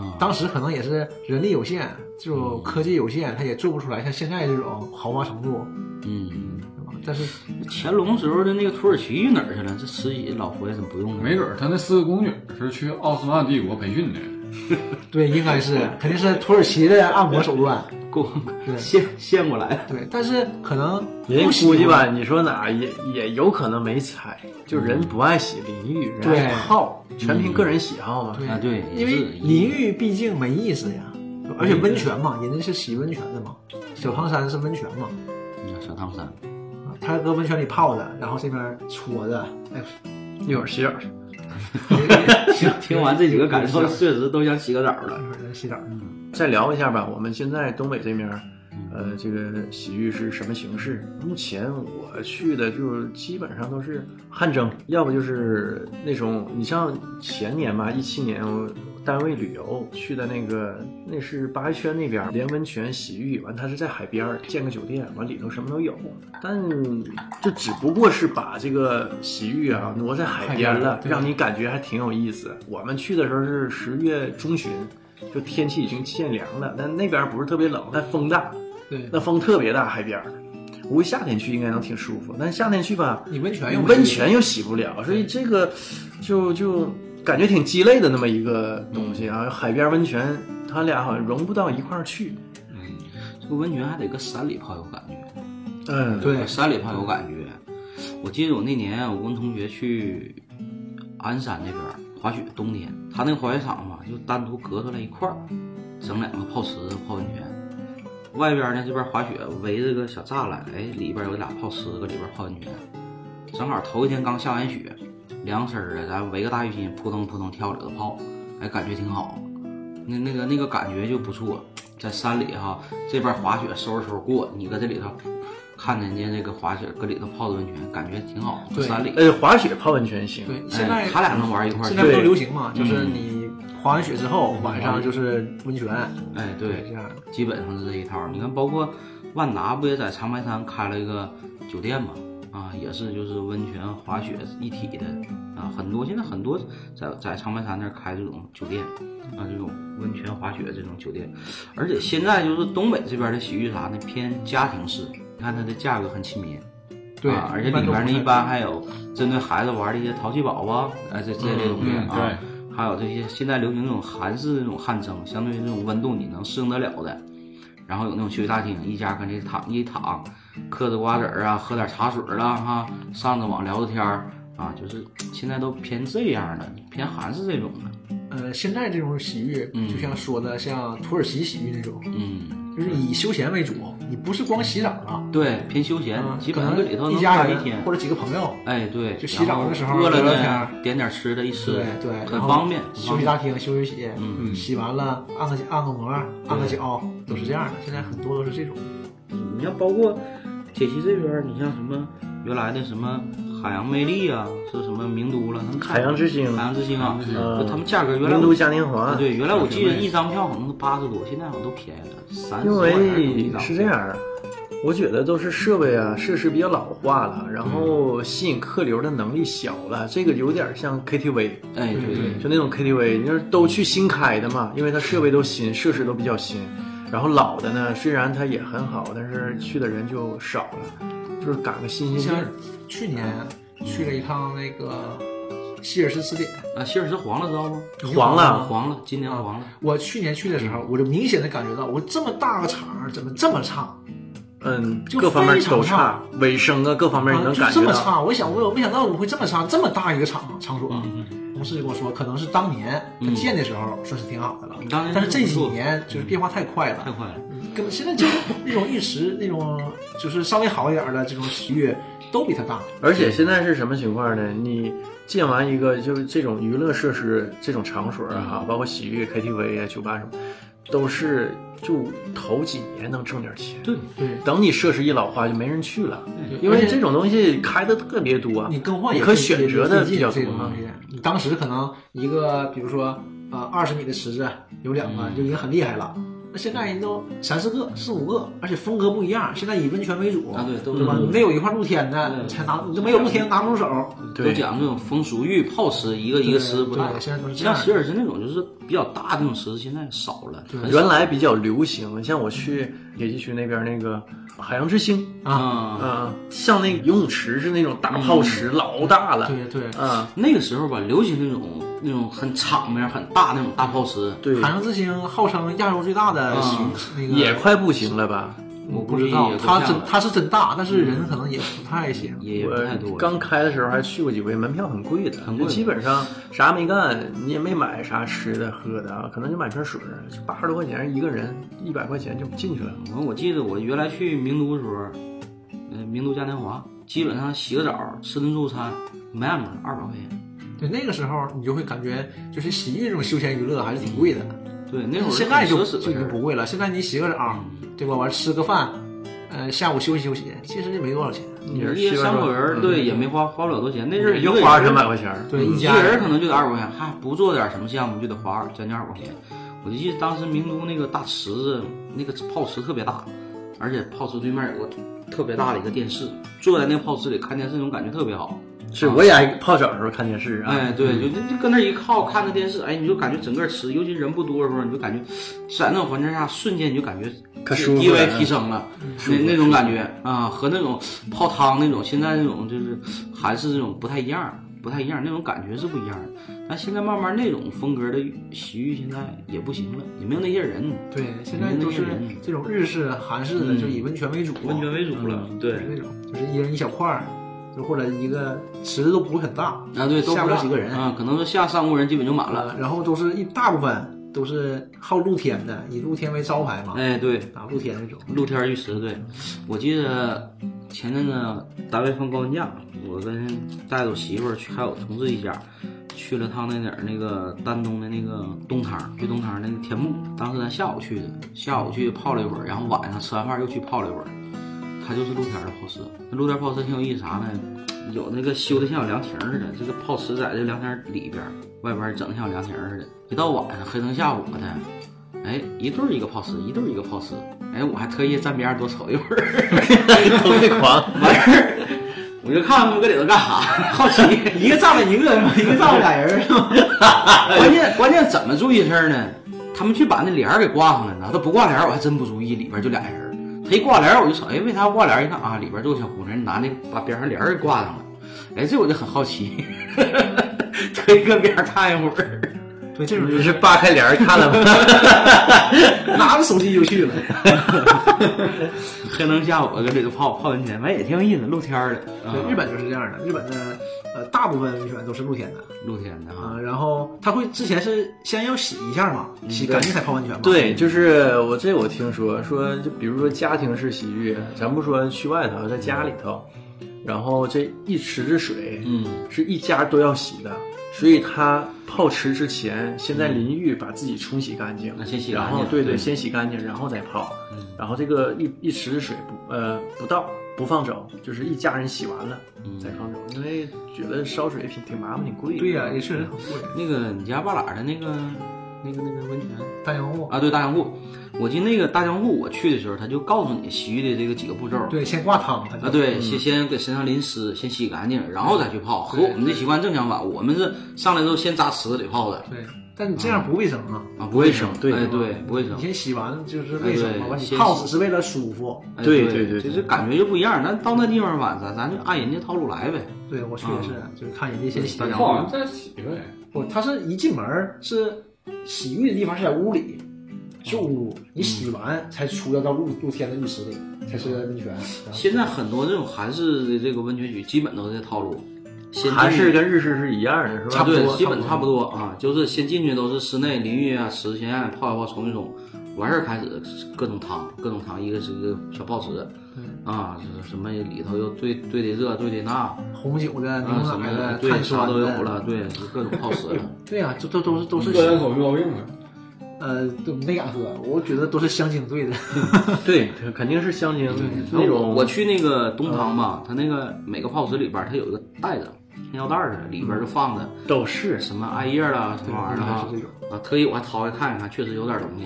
Speaker 2: 啊。
Speaker 4: 当时可能也是人力有限，这
Speaker 2: 嗯
Speaker 4: 种科技有限，他也做不出来像现在这种豪华程度，
Speaker 2: 嗯，
Speaker 4: 是吧但是
Speaker 2: 乾隆时候的那个土耳其哪儿去了？这慈禧老佛爷怎么不用呢？
Speaker 3: 没准儿他那四个宫女是去奥斯曼帝国培训的，
Speaker 4: 对，应该是肯定是土耳其的按摩手段，
Speaker 2: 够
Speaker 4: 对
Speaker 2: 献献过来。
Speaker 4: 对，但是可能
Speaker 1: 人家
Speaker 4: 不喜
Speaker 1: 估计
Speaker 4: 欢嗯
Speaker 1: 吧，你说哪也也有可能没踩，就人不爱洗淋浴，人
Speaker 4: 对嗯
Speaker 1: 爱泡，全凭个人喜好嘛。
Speaker 4: 对
Speaker 2: 啊，对，也
Speaker 4: 因为
Speaker 2: 是
Speaker 4: 淋浴毕竟没意思呀，而且温泉嘛，人家是洗温泉的嘛，小汤山是温泉嘛，
Speaker 2: 嗯小汤山，
Speaker 4: 啊他搁温泉里泡着，然后这边搓着，哎，
Speaker 1: 一会儿洗澡去，
Speaker 2: 行，听完这几个感 受，
Speaker 3: 啊
Speaker 2: 确实都想洗个澡了。
Speaker 4: 一会儿再洗澡。
Speaker 2: 嗯
Speaker 1: 再聊一下吧。我们现在东北这面儿，呃，这个洗浴是什么形式？目前我去的就基本上都是汗蒸，要不就是那种你像前年吧，一七年我单位旅游去的那个，那是八一圈那边儿连温泉洗浴，完它是在海边儿建个酒店，完里头什么都有，但就只不过是把这个洗浴啊挪在海边了
Speaker 3: 海边，对
Speaker 1: 让你感觉还挺有意思。我们去的时候是十月中旬。就天气已经渐凉了，但那边不是特别冷，但风大，
Speaker 4: 对，
Speaker 1: 那风特别大，海边儿。我估计夏天去应该能挺舒服，但夏天去吧，
Speaker 4: 你温泉又没意
Speaker 1: 温
Speaker 4: 思
Speaker 1: 泉又洗不了，所以这个就就感觉挺鸡肋的那么一个东西啊。海边温泉，它俩好像融不到一块儿去。
Speaker 2: 这个温泉还得搁山里泡有感觉。
Speaker 1: 嗯，
Speaker 4: 对
Speaker 2: 山里泡有感觉。我记得我那年我跟同学去鞍山那边儿滑雪，冬天他那个滑雪场吧，就单独隔出来一块儿，整两个泡池子泡温泉。外边呢这边滑雪围着个小栅栏，哎，里边有俩泡池子，搁里边泡温泉。正好头一天刚下完雪，凉丝儿啊，咱围个大浴巾，扑通扑通跳里头泡，哎，感觉挺好。那那个那个感觉就不错，在山里哈，这边滑雪收拾收拾过，你搁这里头看人家这个滑雪搁里头泡的温泉，感觉挺好。
Speaker 4: 对
Speaker 2: 山里，
Speaker 1: 呃，滑雪泡温泉行。
Speaker 4: 对，现在
Speaker 2: 哎他俩能玩一块儿去，
Speaker 4: 现在不都流行嘛，就是你滑完雪之后，晚上就是温泉，
Speaker 2: 哎，
Speaker 4: 对，这
Speaker 2: 对，
Speaker 4: 样
Speaker 2: 基本上是这一套。你看，包括万达不也在长白山开了一个酒店嘛？啊，也是就是温泉、滑雪一体的啊，很多现在很多在在长白山那儿开这种酒店啊，这种温泉滑雪这种酒店，而且现在就是东北这边的洗浴啥的偏家庭式，你看它的价格很亲民，
Speaker 4: 对，
Speaker 2: 啊而且
Speaker 4: 一般
Speaker 2: 里
Speaker 4: 都
Speaker 2: 面
Speaker 4: 不
Speaker 2: 呢
Speaker 4: 是
Speaker 2: 一般还有针对孩子玩的一些淘气堡啊，哎这这类东西
Speaker 3: 嗯，
Speaker 2: 啊，
Speaker 3: 对，
Speaker 2: 还有这些现在流行这种韩式这种汗蒸，相对于这种温度你能适应得了的。然后有那种休息大厅，一家跟这躺一躺，嗑着瓜子儿啊，喝点茶水儿啦哈、上着网聊着天儿啊，就是现在都偏这样的，偏韩式这种的。
Speaker 4: 呃，现在这种洗浴，
Speaker 2: 嗯
Speaker 4: 就像说的，像土耳其洗浴那种，
Speaker 2: 嗯，
Speaker 4: 就是以休闲为主，你不是光洗澡了，
Speaker 2: 对，偏休闲，
Speaker 4: 嗯
Speaker 2: 基
Speaker 4: 可
Speaker 2: 本上搁
Speaker 4: 能
Speaker 2: 里头
Speaker 4: 一
Speaker 2: 能
Speaker 4: 家
Speaker 2: 待一天
Speaker 4: 人。或者几个朋友，
Speaker 2: 哎，对，
Speaker 4: 就洗澡的时候
Speaker 2: 然后饿了
Speaker 4: 聊聊天
Speaker 2: 呢，
Speaker 4: 儿
Speaker 2: 点点吃的，一吃，
Speaker 4: 对对，
Speaker 2: 很
Speaker 4: 然后
Speaker 2: 方便，很
Speaker 4: 休
Speaker 2: 方
Speaker 4: 息
Speaker 2: 便
Speaker 4: 大厅休息洗，
Speaker 2: 嗯
Speaker 4: 洗完了按个按个摩，啊按个脚，都是这样的。现在很多都是这种，
Speaker 2: 你像包括铁西这边儿，你像什么原来的什么海洋魅力啊，是什么名都了，他们
Speaker 1: 海洋之星
Speaker 2: 海洋之星啊，
Speaker 3: 嗯
Speaker 2: 就他们价格原来
Speaker 1: 名
Speaker 2: 我
Speaker 1: 都嘉年华
Speaker 2: 啊，，对，原来我记得一张票可能八十多，现在好像都便宜了，三十
Speaker 1: 因
Speaker 2: 多还一
Speaker 1: 为
Speaker 2: 张
Speaker 1: 是这，样的，我觉得都是设备啊设施比较老化了，然后吸引客流的能力小了，这个有点像 KTV，
Speaker 2: 哎，对对，
Speaker 4: 嗯
Speaker 1: 就那种 KTV，你就是都去新开的嘛，因为它设备都新，设施都比较新。然后老的呢，虽然它也很好，但是去的人就少了，就是赶个新鲜劲
Speaker 4: 像
Speaker 1: 儿。
Speaker 4: 去年去了一趟那个希尔斯词典，
Speaker 2: 啊，希尔斯黄了知道吗？
Speaker 1: 黄了
Speaker 2: 黄了，今年黄了，
Speaker 4: 我去年去的时候，我就明显的感觉到，我这么大个场儿怎么这么差？
Speaker 1: 嗯，
Speaker 4: 就
Speaker 1: 各方面
Speaker 4: 非常
Speaker 1: 都
Speaker 4: 差
Speaker 1: 差，卫生啊，各方面你
Speaker 4: 啊，
Speaker 1: 能
Speaker 4: 就
Speaker 1: 感
Speaker 4: 这
Speaker 1: 觉
Speaker 4: 么
Speaker 1: 到。
Speaker 4: 差，我
Speaker 2: 嗯
Speaker 4: 想我有没想到我会这么差，这么大一个场场所。同事就跟我说，可能是当年他建的时候算是挺好的了，
Speaker 2: 嗯当年
Speaker 4: 但是这几
Speaker 2: 不错
Speaker 4: 年就是变化太快
Speaker 2: 太
Speaker 4: 了，
Speaker 2: 快了，
Speaker 4: 根嗯本现在就那种浴池那种就是稍微好一点的这种洗浴都比它大。
Speaker 1: 而且现在是什么情况呢？你建完一个就是这种娱乐设施、这种场所
Speaker 4: 嗯
Speaker 1: 啊，包括洗浴、KTV 啊、酒吧什么，都是就头几年能挣点钱，
Speaker 2: 对，
Speaker 4: 对，
Speaker 1: 等你设施一老化就没人去了，
Speaker 4: 对
Speaker 1: 因
Speaker 4: 而
Speaker 1: 为
Speaker 4: 且
Speaker 1: 这种东西开的特别多，啊
Speaker 4: 你更换
Speaker 1: 你
Speaker 4: 也
Speaker 1: 可
Speaker 4: 费
Speaker 1: 选择
Speaker 4: 也
Speaker 1: 的
Speaker 4: 费劲
Speaker 1: 比较
Speaker 4: 这
Speaker 1: 多
Speaker 4: 种。东西。你当时可能一个，比如说呃二十米的池子有两
Speaker 1: 嗯
Speaker 4: 个就已经很厉害了。那现在人都三四个、四五个，而且风格不一样。现在以温泉为主，
Speaker 2: 啊对都
Speaker 4: 吧？
Speaker 2: 嗯
Speaker 4: 你得有一块露天的，
Speaker 2: 对
Speaker 1: 嗯
Speaker 4: 你才拿，你就没有露天拿不住手。
Speaker 2: 都讲这种风俗浴、泡池，一个一个池不大
Speaker 4: 对，现在都是这
Speaker 2: 像
Speaker 4: 样
Speaker 2: 希尔斯那种就是比较大的那种池子，现在少了，很少嗯
Speaker 1: 原来比较流行，像我去野鸡区那边那个海洋之星，
Speaker 2: 啊嗯
Speaker 1: 嗯、。像那个游泳池是那种大泡池，老大了，
Speaker 4: 对对，
Speaker 1: 嗯，
Speaker 2: 那个时候吧，流行那种那种很场面很大那种大泡池，
Speaker 1: 对，
Speaker 4: 海洋之星号称亚洲最大的洗
Speaker 2: 啊
Speaker 4: 那个，
Speaker 1: 也快不行了吧？
Speaker 4: 我
Speaker 2: 估
Speaker 4: 不
Speaker 2: 计
Speaker 4: 知道
Speaker 2: 也，不
Speaker 4: 它
Speaker 2: 像
Speaker 4: 真
Speaker 2: 了
Speaker 4: 它是真大，但是人可能也不太行。
Speaker 2: 也不太多
Speaker 1: 我
Speaker 2: 了。
Speaker 1: 刚开的时候还去过几回，门票很贵的，
Speaker 2: 很贵的
Speaker 1: 就基本上啥没干，你也没买啥吃的喝的啊，可能就买瓶水儿，就八十多块钱一个人，一百块钱就进去了。
Speaker 2: 我我记得我原来去名都的时候，呃，名都嘉年华，基本上洗个澡，吃顿中餐，没按摩二百块钱。
Speaker 4: 对，那个时候你就会感觉，就是洗浴这种休闲娱乐还是挺贵的。
Speaker 2: 对，嗯那会儿
Speaker 4: 现在就
Speaker 2: 很奢
Speaker 4: 就
Speaker 2: 侈的事
Speaker 4: 已经
Speaker 2: 儿
Speaker 1: 嗯
Speaker 2: 嗯
Speaker 4: 不贵了。现在你洗个澡，对吧？完吃个饭，呃，下午休息休息，其实也没多少钱。
Speaker 1: 你是
Speaker 2: 一
Speaker 1: 七
Speaker 2: 个
Speaker 1: 百
Speaker 2: 三口
Speaker 1: 多
Speaker 2: 人，对，也没花花不了多少钱。那阵儿一
Speaker 1: 又嗯
Speaker 2: 个
Speaker 1: 花
Speaker 2: 人
Speaker 1: 三百块钱儿，
Speaker 4: 对，一
Speaker 2: 嗯一
Speaker 4: 家
Speaker 2: 个人可能就得二百块钱，还不做点什么项目就得花二将近二百块钱。我就记得当时名都那个大池子，那个泡池特别大，而且泡池对面有个特别大的一个电视，坐在那个泡池里看电视，那种感觉特别好。
Speaker 1: 是我也爱泡澡的时候看电视 啊。
Speaker 2: 哎，对，就就就搁那儿一靠，看着电视，哎，你就感觉整个池，尤其人不多的时候，你就感觉在那种环境下，瞬间你就感觉
Speaker 1: 可
Speaker 2: 地
Speaker 1: 舒服
Speaker 2: 地位
Speaker 1: 了
Speaker 2: 提升了，那那种感觉啊，和那种泡汤那种现在那种就是韩式这种不太一样，不太一样，那种感觉是不一样的。但现在慢慢那种风格的洗浴现在也不行了，也没有那些人，
Speaker 4: 对，现在都是这种日式、韩式的，
Speaker 2: 嗯
Speaker 4: 就以温泉为主，
Speaker 2: 温泉为主了。对，
Speaker 4: 那种，就是一人一小块儿，就或者一个池子都不会很大，
Speaker 2: 啊对，都
Speaker 4: 下不
Speaker 2: 大
Speaker 4: 了几个人
Speaker 2: 啊，可能说下三五个人基本就满了。
Speaker 4: 呃，然后都是一大部分都是靠露天的，以露天为招牌嘛，
Speaker 2: 哎，对，
Speaker 4: 啊，露天那种。
Speaker 2: 露天浴池，对，我记得前阵子单位放高温假，我跟带着我媳妇儿去，还有同事一家，去了趟那哪儿那个丹东的那个东汤，去东汤那个天幕，当时咱下午去的，下午去泡了一会儿，然后晚上吃完饭又去泡了一会儿，它就是露天的泡池。那露天泡池挺有意思啥呢？有那个修的像有凉亭似的，这个泡池在这凉亭里边儿，外边儿整的像有凉亭似的。一到晚上黑灯瞎火的，哎，一对儿一个泡池，一对儿一个泡池。哎，我还特意站边上多瞅一会儿，
Speaker 1: 偷窃狂，
Speaker 2: 完事儿我就看他们搁里头干啥， 好奇。
Speaker 4: 一个炸了一个，一个炸了俩人是吧？
Speaker 2: 哎关键关键怎么注意事儿呢？他们去把那帘儿给挂上了呢。他不挂帘儿，我还真不注意，里边就俩人儿。他一挂帘儿，我就瞅，哎，为啥挂帘儿？一看啊，里边坐个小姑娘，男的把边上帘儿给挂上了。哎，这我就很好奇， 特意搁边上看一会儿。
Speaker 4: 对，这种
Speaker 1: 你是扒开帘儿看了吗？
Speaker 4: 拿着手机就去了。
Speaker 2: 黑灯瞎火，搁里头泡泡温泉，完也挺有意思，露天儿的。啊
Speaker 4: 对，日本就是这样的。日本呢，呃，大部分温泉都是露天的
Speaker 2: 露天的哈
Speaker 4: 啊、，然后他会之前是先要洗一下嘛，洗干净才泡温泉嘛。
Speaker 1: 对，就是我这我听说说，就比如说家庭式洗浴，咱不说去外头，在家里头，然后这一池子水，
Speaker 2: 嗯，
Speaker 1: 是一家都要洗的，所以他泡池之前，先在淋浴把自己冲洗干净，
Speaker 2: 那先洗干
Speaker 1: 然
Speaker 2: 净
Speaker 1: 后对对，
Speaker 2: 嗯
Speaker 1: 先洗干净，然后再泡
Speaker 2: 嗯，
Speaker 1: 然后这个一一池子水不呃不倒不放走，就是一家人洗完了
Speaker 2: 嗯
Speaker 1: 再放走，因为觉得烧水挺挺麻烦挺贵的。
Speaker 4: 对呀、也确实很贵。
Speaker 2: 那个你家半哪儿的那个那个那个温泉
Speaker 4: 大洋户，
Speaker 2: 啊？对，大江户。我记得那个大江户，我去的时候他就告诉你洗浴的这个几个步骤。
Speaker 4: 对，先挂汤，它就
Speaker 2: 啊，
Speaker 1: 嗯
Speaker 2: 对，先先给身上淋湿，先洗干净，然后再去泡，和我们的习惯正相反。我们是上来之后先扎池子里泡的
Speaker 4: 对，但你这样不卫生啊！
Speaker 2: 啊，不卫
Speaker 1: 生对
Speaker 2: 哎对，不卫生
Speaker 4: 你，先洗完就是卫生嘛，
Speaker 2: 哎对
Speaker 4: 完你
Speaker 2: 先
Speaker 4: 泡
Speaker 2: 洗
Speaker 4: 只是为了舒服。
Speaker 2: 哎
Speaker 1: 对
Speaker 2: 对
Speaker 1: 对对
Speaker 2: 就是感觉就不一样。咱到那地方吧，咱咱就按人家套路来呗。
Speaker 4: 对我去也是，就是看人家先洗
Speaker 2: 大。家
Speaker 3: 泡完再洗呗。
Speaker 4: 不，他是一进门儿是洗浴的地方是在屋里，是
Speaker 2: 哦
Speaker 4: 屋，
Speaker 2: 嗯
Speaker 4: 你洗完才出要到露露天的浴池里，才是
Speaker 2: 哦
Speaker 4: 温泉。然后
Speaker 2: 现在很多这种韩式的这个温泉区，基本都是这套路，先
Speaker 1: 韩
Speaker 2: 进
Speaker 1: 式跟日式是一样的，是吧？
Speaker 2: 啊对，基本差不多啊，就是先进去都是室内淋浴啊，池子先按泡一泡，冲一冲，完事儿开始各种汤，各种汤，一个是一个小泡池，啊，就是什么里头又兑兑的这，兑的那，啊
Speaker 4: 红酒的、牛
Speaker 2: 什
Speaker 4: 奶
Speaker 2: 么的，
Speaker 4: 的、
Speaker 2: 对，
Speaker 4: 碳
Speaker 2: 啥
Speaker 4: 酸
Speaker 2: 都有
Speaker 4: 的
Speaker 2: 了，。嗯对，就各种泡池了。
Speaker 4: 对啊呀、这都都是都是
Speaker 3: 个人口有毛病呗。
Speaker 4: 呃，都没敢喝，我觉得都是香精兑的。
Speaker 1: 对，肯定是香精嗯那种。
Speaker 2: 我去那个东汤吧，它那个每个泡池里边儿它有一个袋子，像腰袋儿似的，里边儿就放着
Speaker 1: 都是
Speaker 2: 什么艾叶啦，什么玩意儿啊
Speaker 4: 应该是这，
Speaker 2: 啊，特意我还掏开看一看，确实有点东西，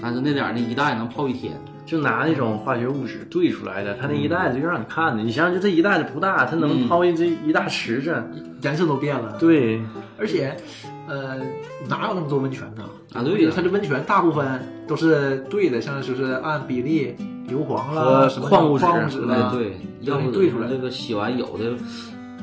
Speaker 2: 但是那点儿那一袋能泡一天。
Speaker 1: 就拿那种化学物质兑出来的，它那一袋子就让你看的。你想想，就这一袋子不大，它能抛一这一大池子。
Speaker 4: 颜色都变了，
Speaker 1: 对，
Speaker 4: 而且，呃，哪有那么多温泉呢？
Speaker 2: 啊对呀
Speaker 4: 它这温泉大部分都是兑的，像就是按比例硫磺啦、
Speaker 1: 和
Speaker 4: 什么
Speaker 1: 矿物质
Speaker 4: 矿物质
Speaker 2: 哎
Speaker 4: 啦，，
Speaker 2: 对，
Speaker 4: 都
Speaker 2: 要
Speaker 4: 给
Speaker 2: 不
Speaker 4: 兑出来
Speaker 2: 这个洗完有的，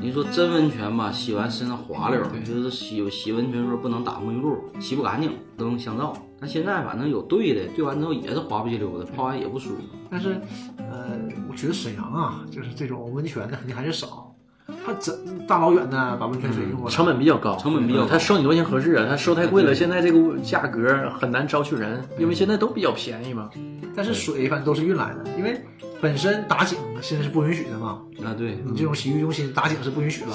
Speaker 2: 您说真温泉吧，洗完身上滑溜儿，就是洗洗温泉的时候不能打沐浴露，洗不干净，都用香皂。但现在反正有兑的，兑完之后也是滑不去溜的，泡完也不舒服。
Speaker 4: 但是，呃，我觉得沈阳啊，就是这种温泉的肯定还是少。他整大老远的把温泉水用过
Speaker 1: 嗯
Speaker 4: 来，
Speaker 1: 成本比较高，
Speaker 2: 成本比较高
Speaker 1: 他收你多少钱合适啊？他收太贵了，现在这个价格很难招去人，因为现在都比较便宜嘛。
Speaker 4: 但是水反正都是运来的，因为本身打井现在是不允许的嘛，
Speaker 2: 啊，对，
Speaker 4: 你
Speaker 1: 嗯
Speaker 4: 这种洗浴中心打井是不允许的。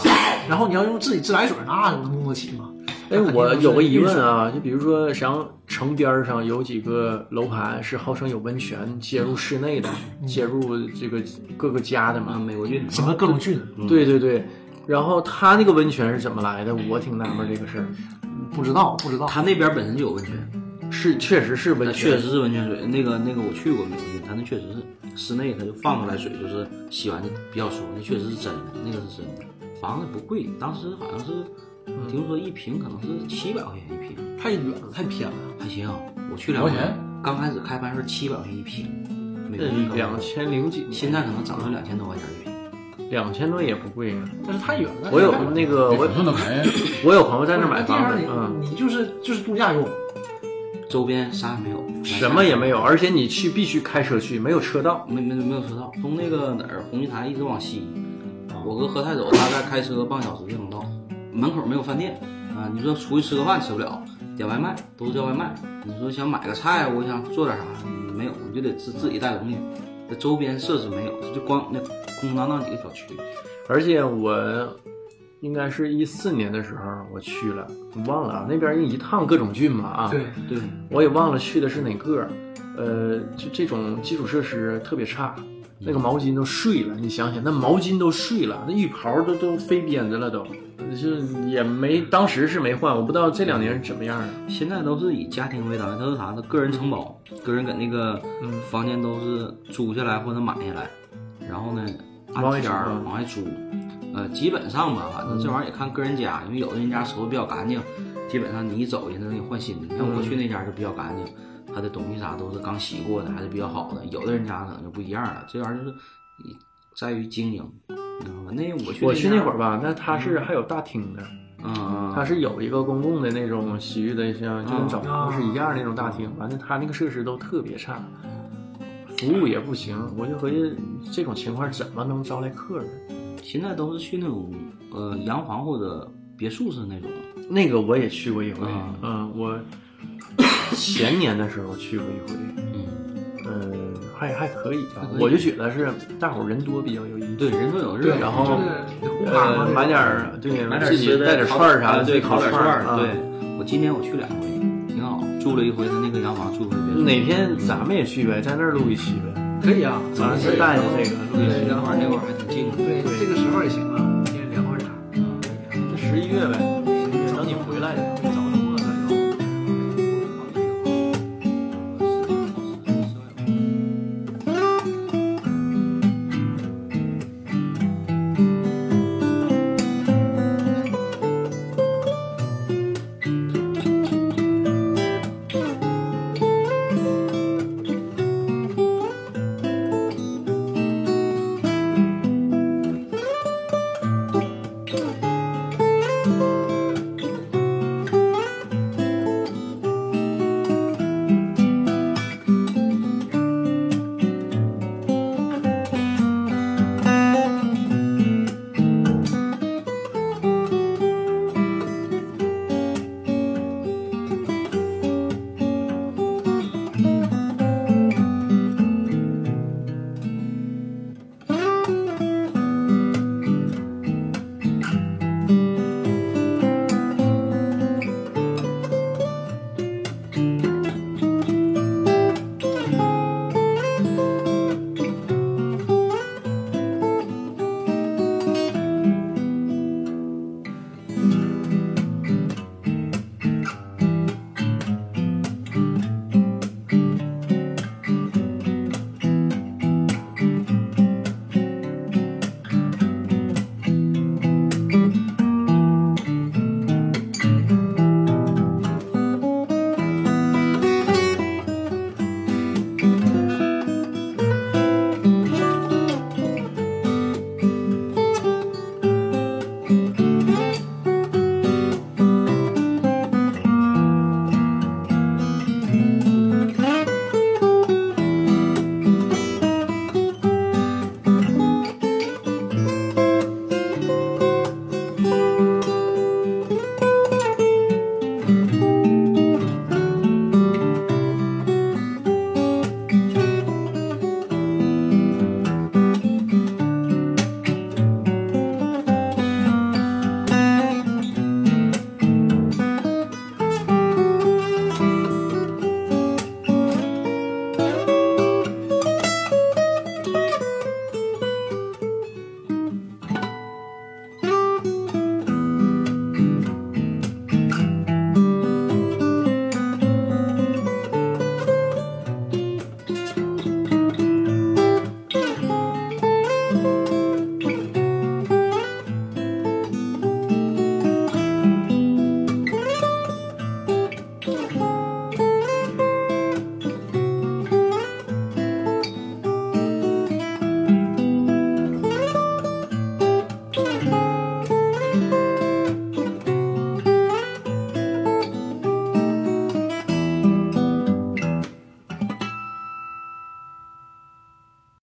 Speaker 4: 然后你要用自己自来水，那能弄得起吗？
Speaker 1: 哎，我有个疑问啊，就比如说沈阳城边儿上有几个楼盘是号称有温泉接入室内的，接入这个各个家的嘛
Speaker 2: 啊，？美国郡
Speaker 4: 什么各种菌，
Speaker 1: 对对对，然后他那个温泉是怎么来的？我挺纳闷这个事儿，
Speaker 4: 不知道不知道。
Speaker 2: 他那边本身就有温泉，
Speaker 1: 是确实是
Speaker 2: 那
Speaker 1: 温泉，嗯
Speaker 2: 确实是温泉水。那个那个我去过美国郡，他那确实是室内，他就放出来水，就是洗完就比较舒服，那确实是真的，那个是真的。房子不贵，当时好像是听说一平可能是七百块钱一平。
Speaker 4: 太远了，太偏了。
Speaker 2: 还行，我去两
Speaker 3: 多少钱？
Speaker 2: 刚开始开盘是七百块钱一瓶，美国
Speaker 1: 嗯
Speaker 2: 币
Speaker 1: 两，千零几年，
Speaker 2: 现在可能涨到两千多块钱一瓶。
Speaker 1: 两千多也不贵啊。
Speaker 4: 但是太远了。
Speaker 1: 我有那个我
Speaker 3: 我算的便宜，
Speaker 1: 我有朋友在那儿买
Speaker 4: 那地
Speaker 1: 房
Speaker 4: 方
Speaker 1: 子，
Speaker 4: 你、
Speaker 1: 嗯，
Speaker 4: 你就是就是度假用，
Speaker 2: 周边啥也没有，
Speaker 1: 什么也没有，而且你去必须开车去，没有车道。
Speaker 2: 没没没有车道，从那个哪儿红玉潭一直往西，
Speaker 1: 啊
Speaker 2: 我搁河太走，大概开车半个小时就能到。门口没有饭店啊，你说出去吃个饭吃不了，点外卖都是叫外卖。你说想买个菜，我想做点啥，没有，你就得自自己带东西。这周边设施没有，就光那空空荡荡几个小区。
Speaker 1: 而且我应该是一四年的时候我去了，我忘了啊，那边一趟各种郡嘛啊，
Speaker 4: 对，
Speaker 2: 对，
Speaker 1: 我也忘了去的是哪个，呃，就这种基础设施特别差，那个毛巾都碎了，你想想，那毛巾都碎了，那浴袍都都飞鞭子了都，就是也没当时是没换，我不知道这两年是怎么样的。
Speaker 2: 现在都是以家庭为单位，都是啥？呢？个人承包，
Speaker 1: 嗯
Speaker 2: 个人给那个房间都是租下来或者买下来，然后呢
Speaker 1: 往
Speaker 2: 按
Speaker 1: 外啊嗯
Speaker 2: 天儿
Speaker 1: 租
Speaker 2: 往外租。呃，基本上吧，反正这玩意儿也看个人家，因为有的人家收拾比较干净，基本上你一走人家都给你换新的。
Speaker 1: 嗯
Speaker 2: 像我去那家就比较干净，他的东西啥都是刚洗过的，还是比较好的。有的人家可能就不一样了，这玩意儿就是你在于经营。嗯反正我去
Speaker 1: 我去那会
Speaker 2: 儿，
Speaker 1: 儿吧，那它是还有大厅的，
Speaker 2: 嗯嗯，
Speaker 1: 它是有一个公共的那种洗浴的，像就跟澡堂是一样的那种大厅。完了，它那个设施都特别差，服务也不行。我就合计这种情况怎么能招来客人？
Speaker 2: 现在都是去那种呃洋房或者别墅式那种，
Speaker 1: 那个我也去过一回
Speaker 2: 啊，
Speaker 1: 嗯，我前年的时候去过一回，
Speaker 3: 嗯，
Speaker 1: 嗯，还还可以吧
Speaker 2: 还可。以
Speaker 1: 我就觉得是大伙儿人多比较有意思。
Speaker 2: 对，人都有日
Speaker 4: 对，
Speaker 1: 然后
Speaker 4: 就是呼哈嘛
Speaker 1: 呃，，买点儿对，
Speaker 2: 买点
Speaker 1: 自己带点串儿啥的，
Speaker 2: 对，
Speaker 1: 对，
Speaker 2: 烤
Speaker 1: 点
Speaker 2: 串
Speaker 1: 儿，啊
Speaker 2: 对。我今年我去两回，挺好，住了一回他那个洋房，住了一回别
Speaker 1: 哪天咱们也去呗，在那儿录一期呗，
Speaker 4: 可以啊，
Speaker 2: 嗯
Speaker 1: 咱们是带着这个录一期
Speaker 2: 墅。。洋房那会儿还挺近的，
Speaker 4: 对，这个时候也行啊，今天聊会儿啥？
Speaker 1: 这十一月呗，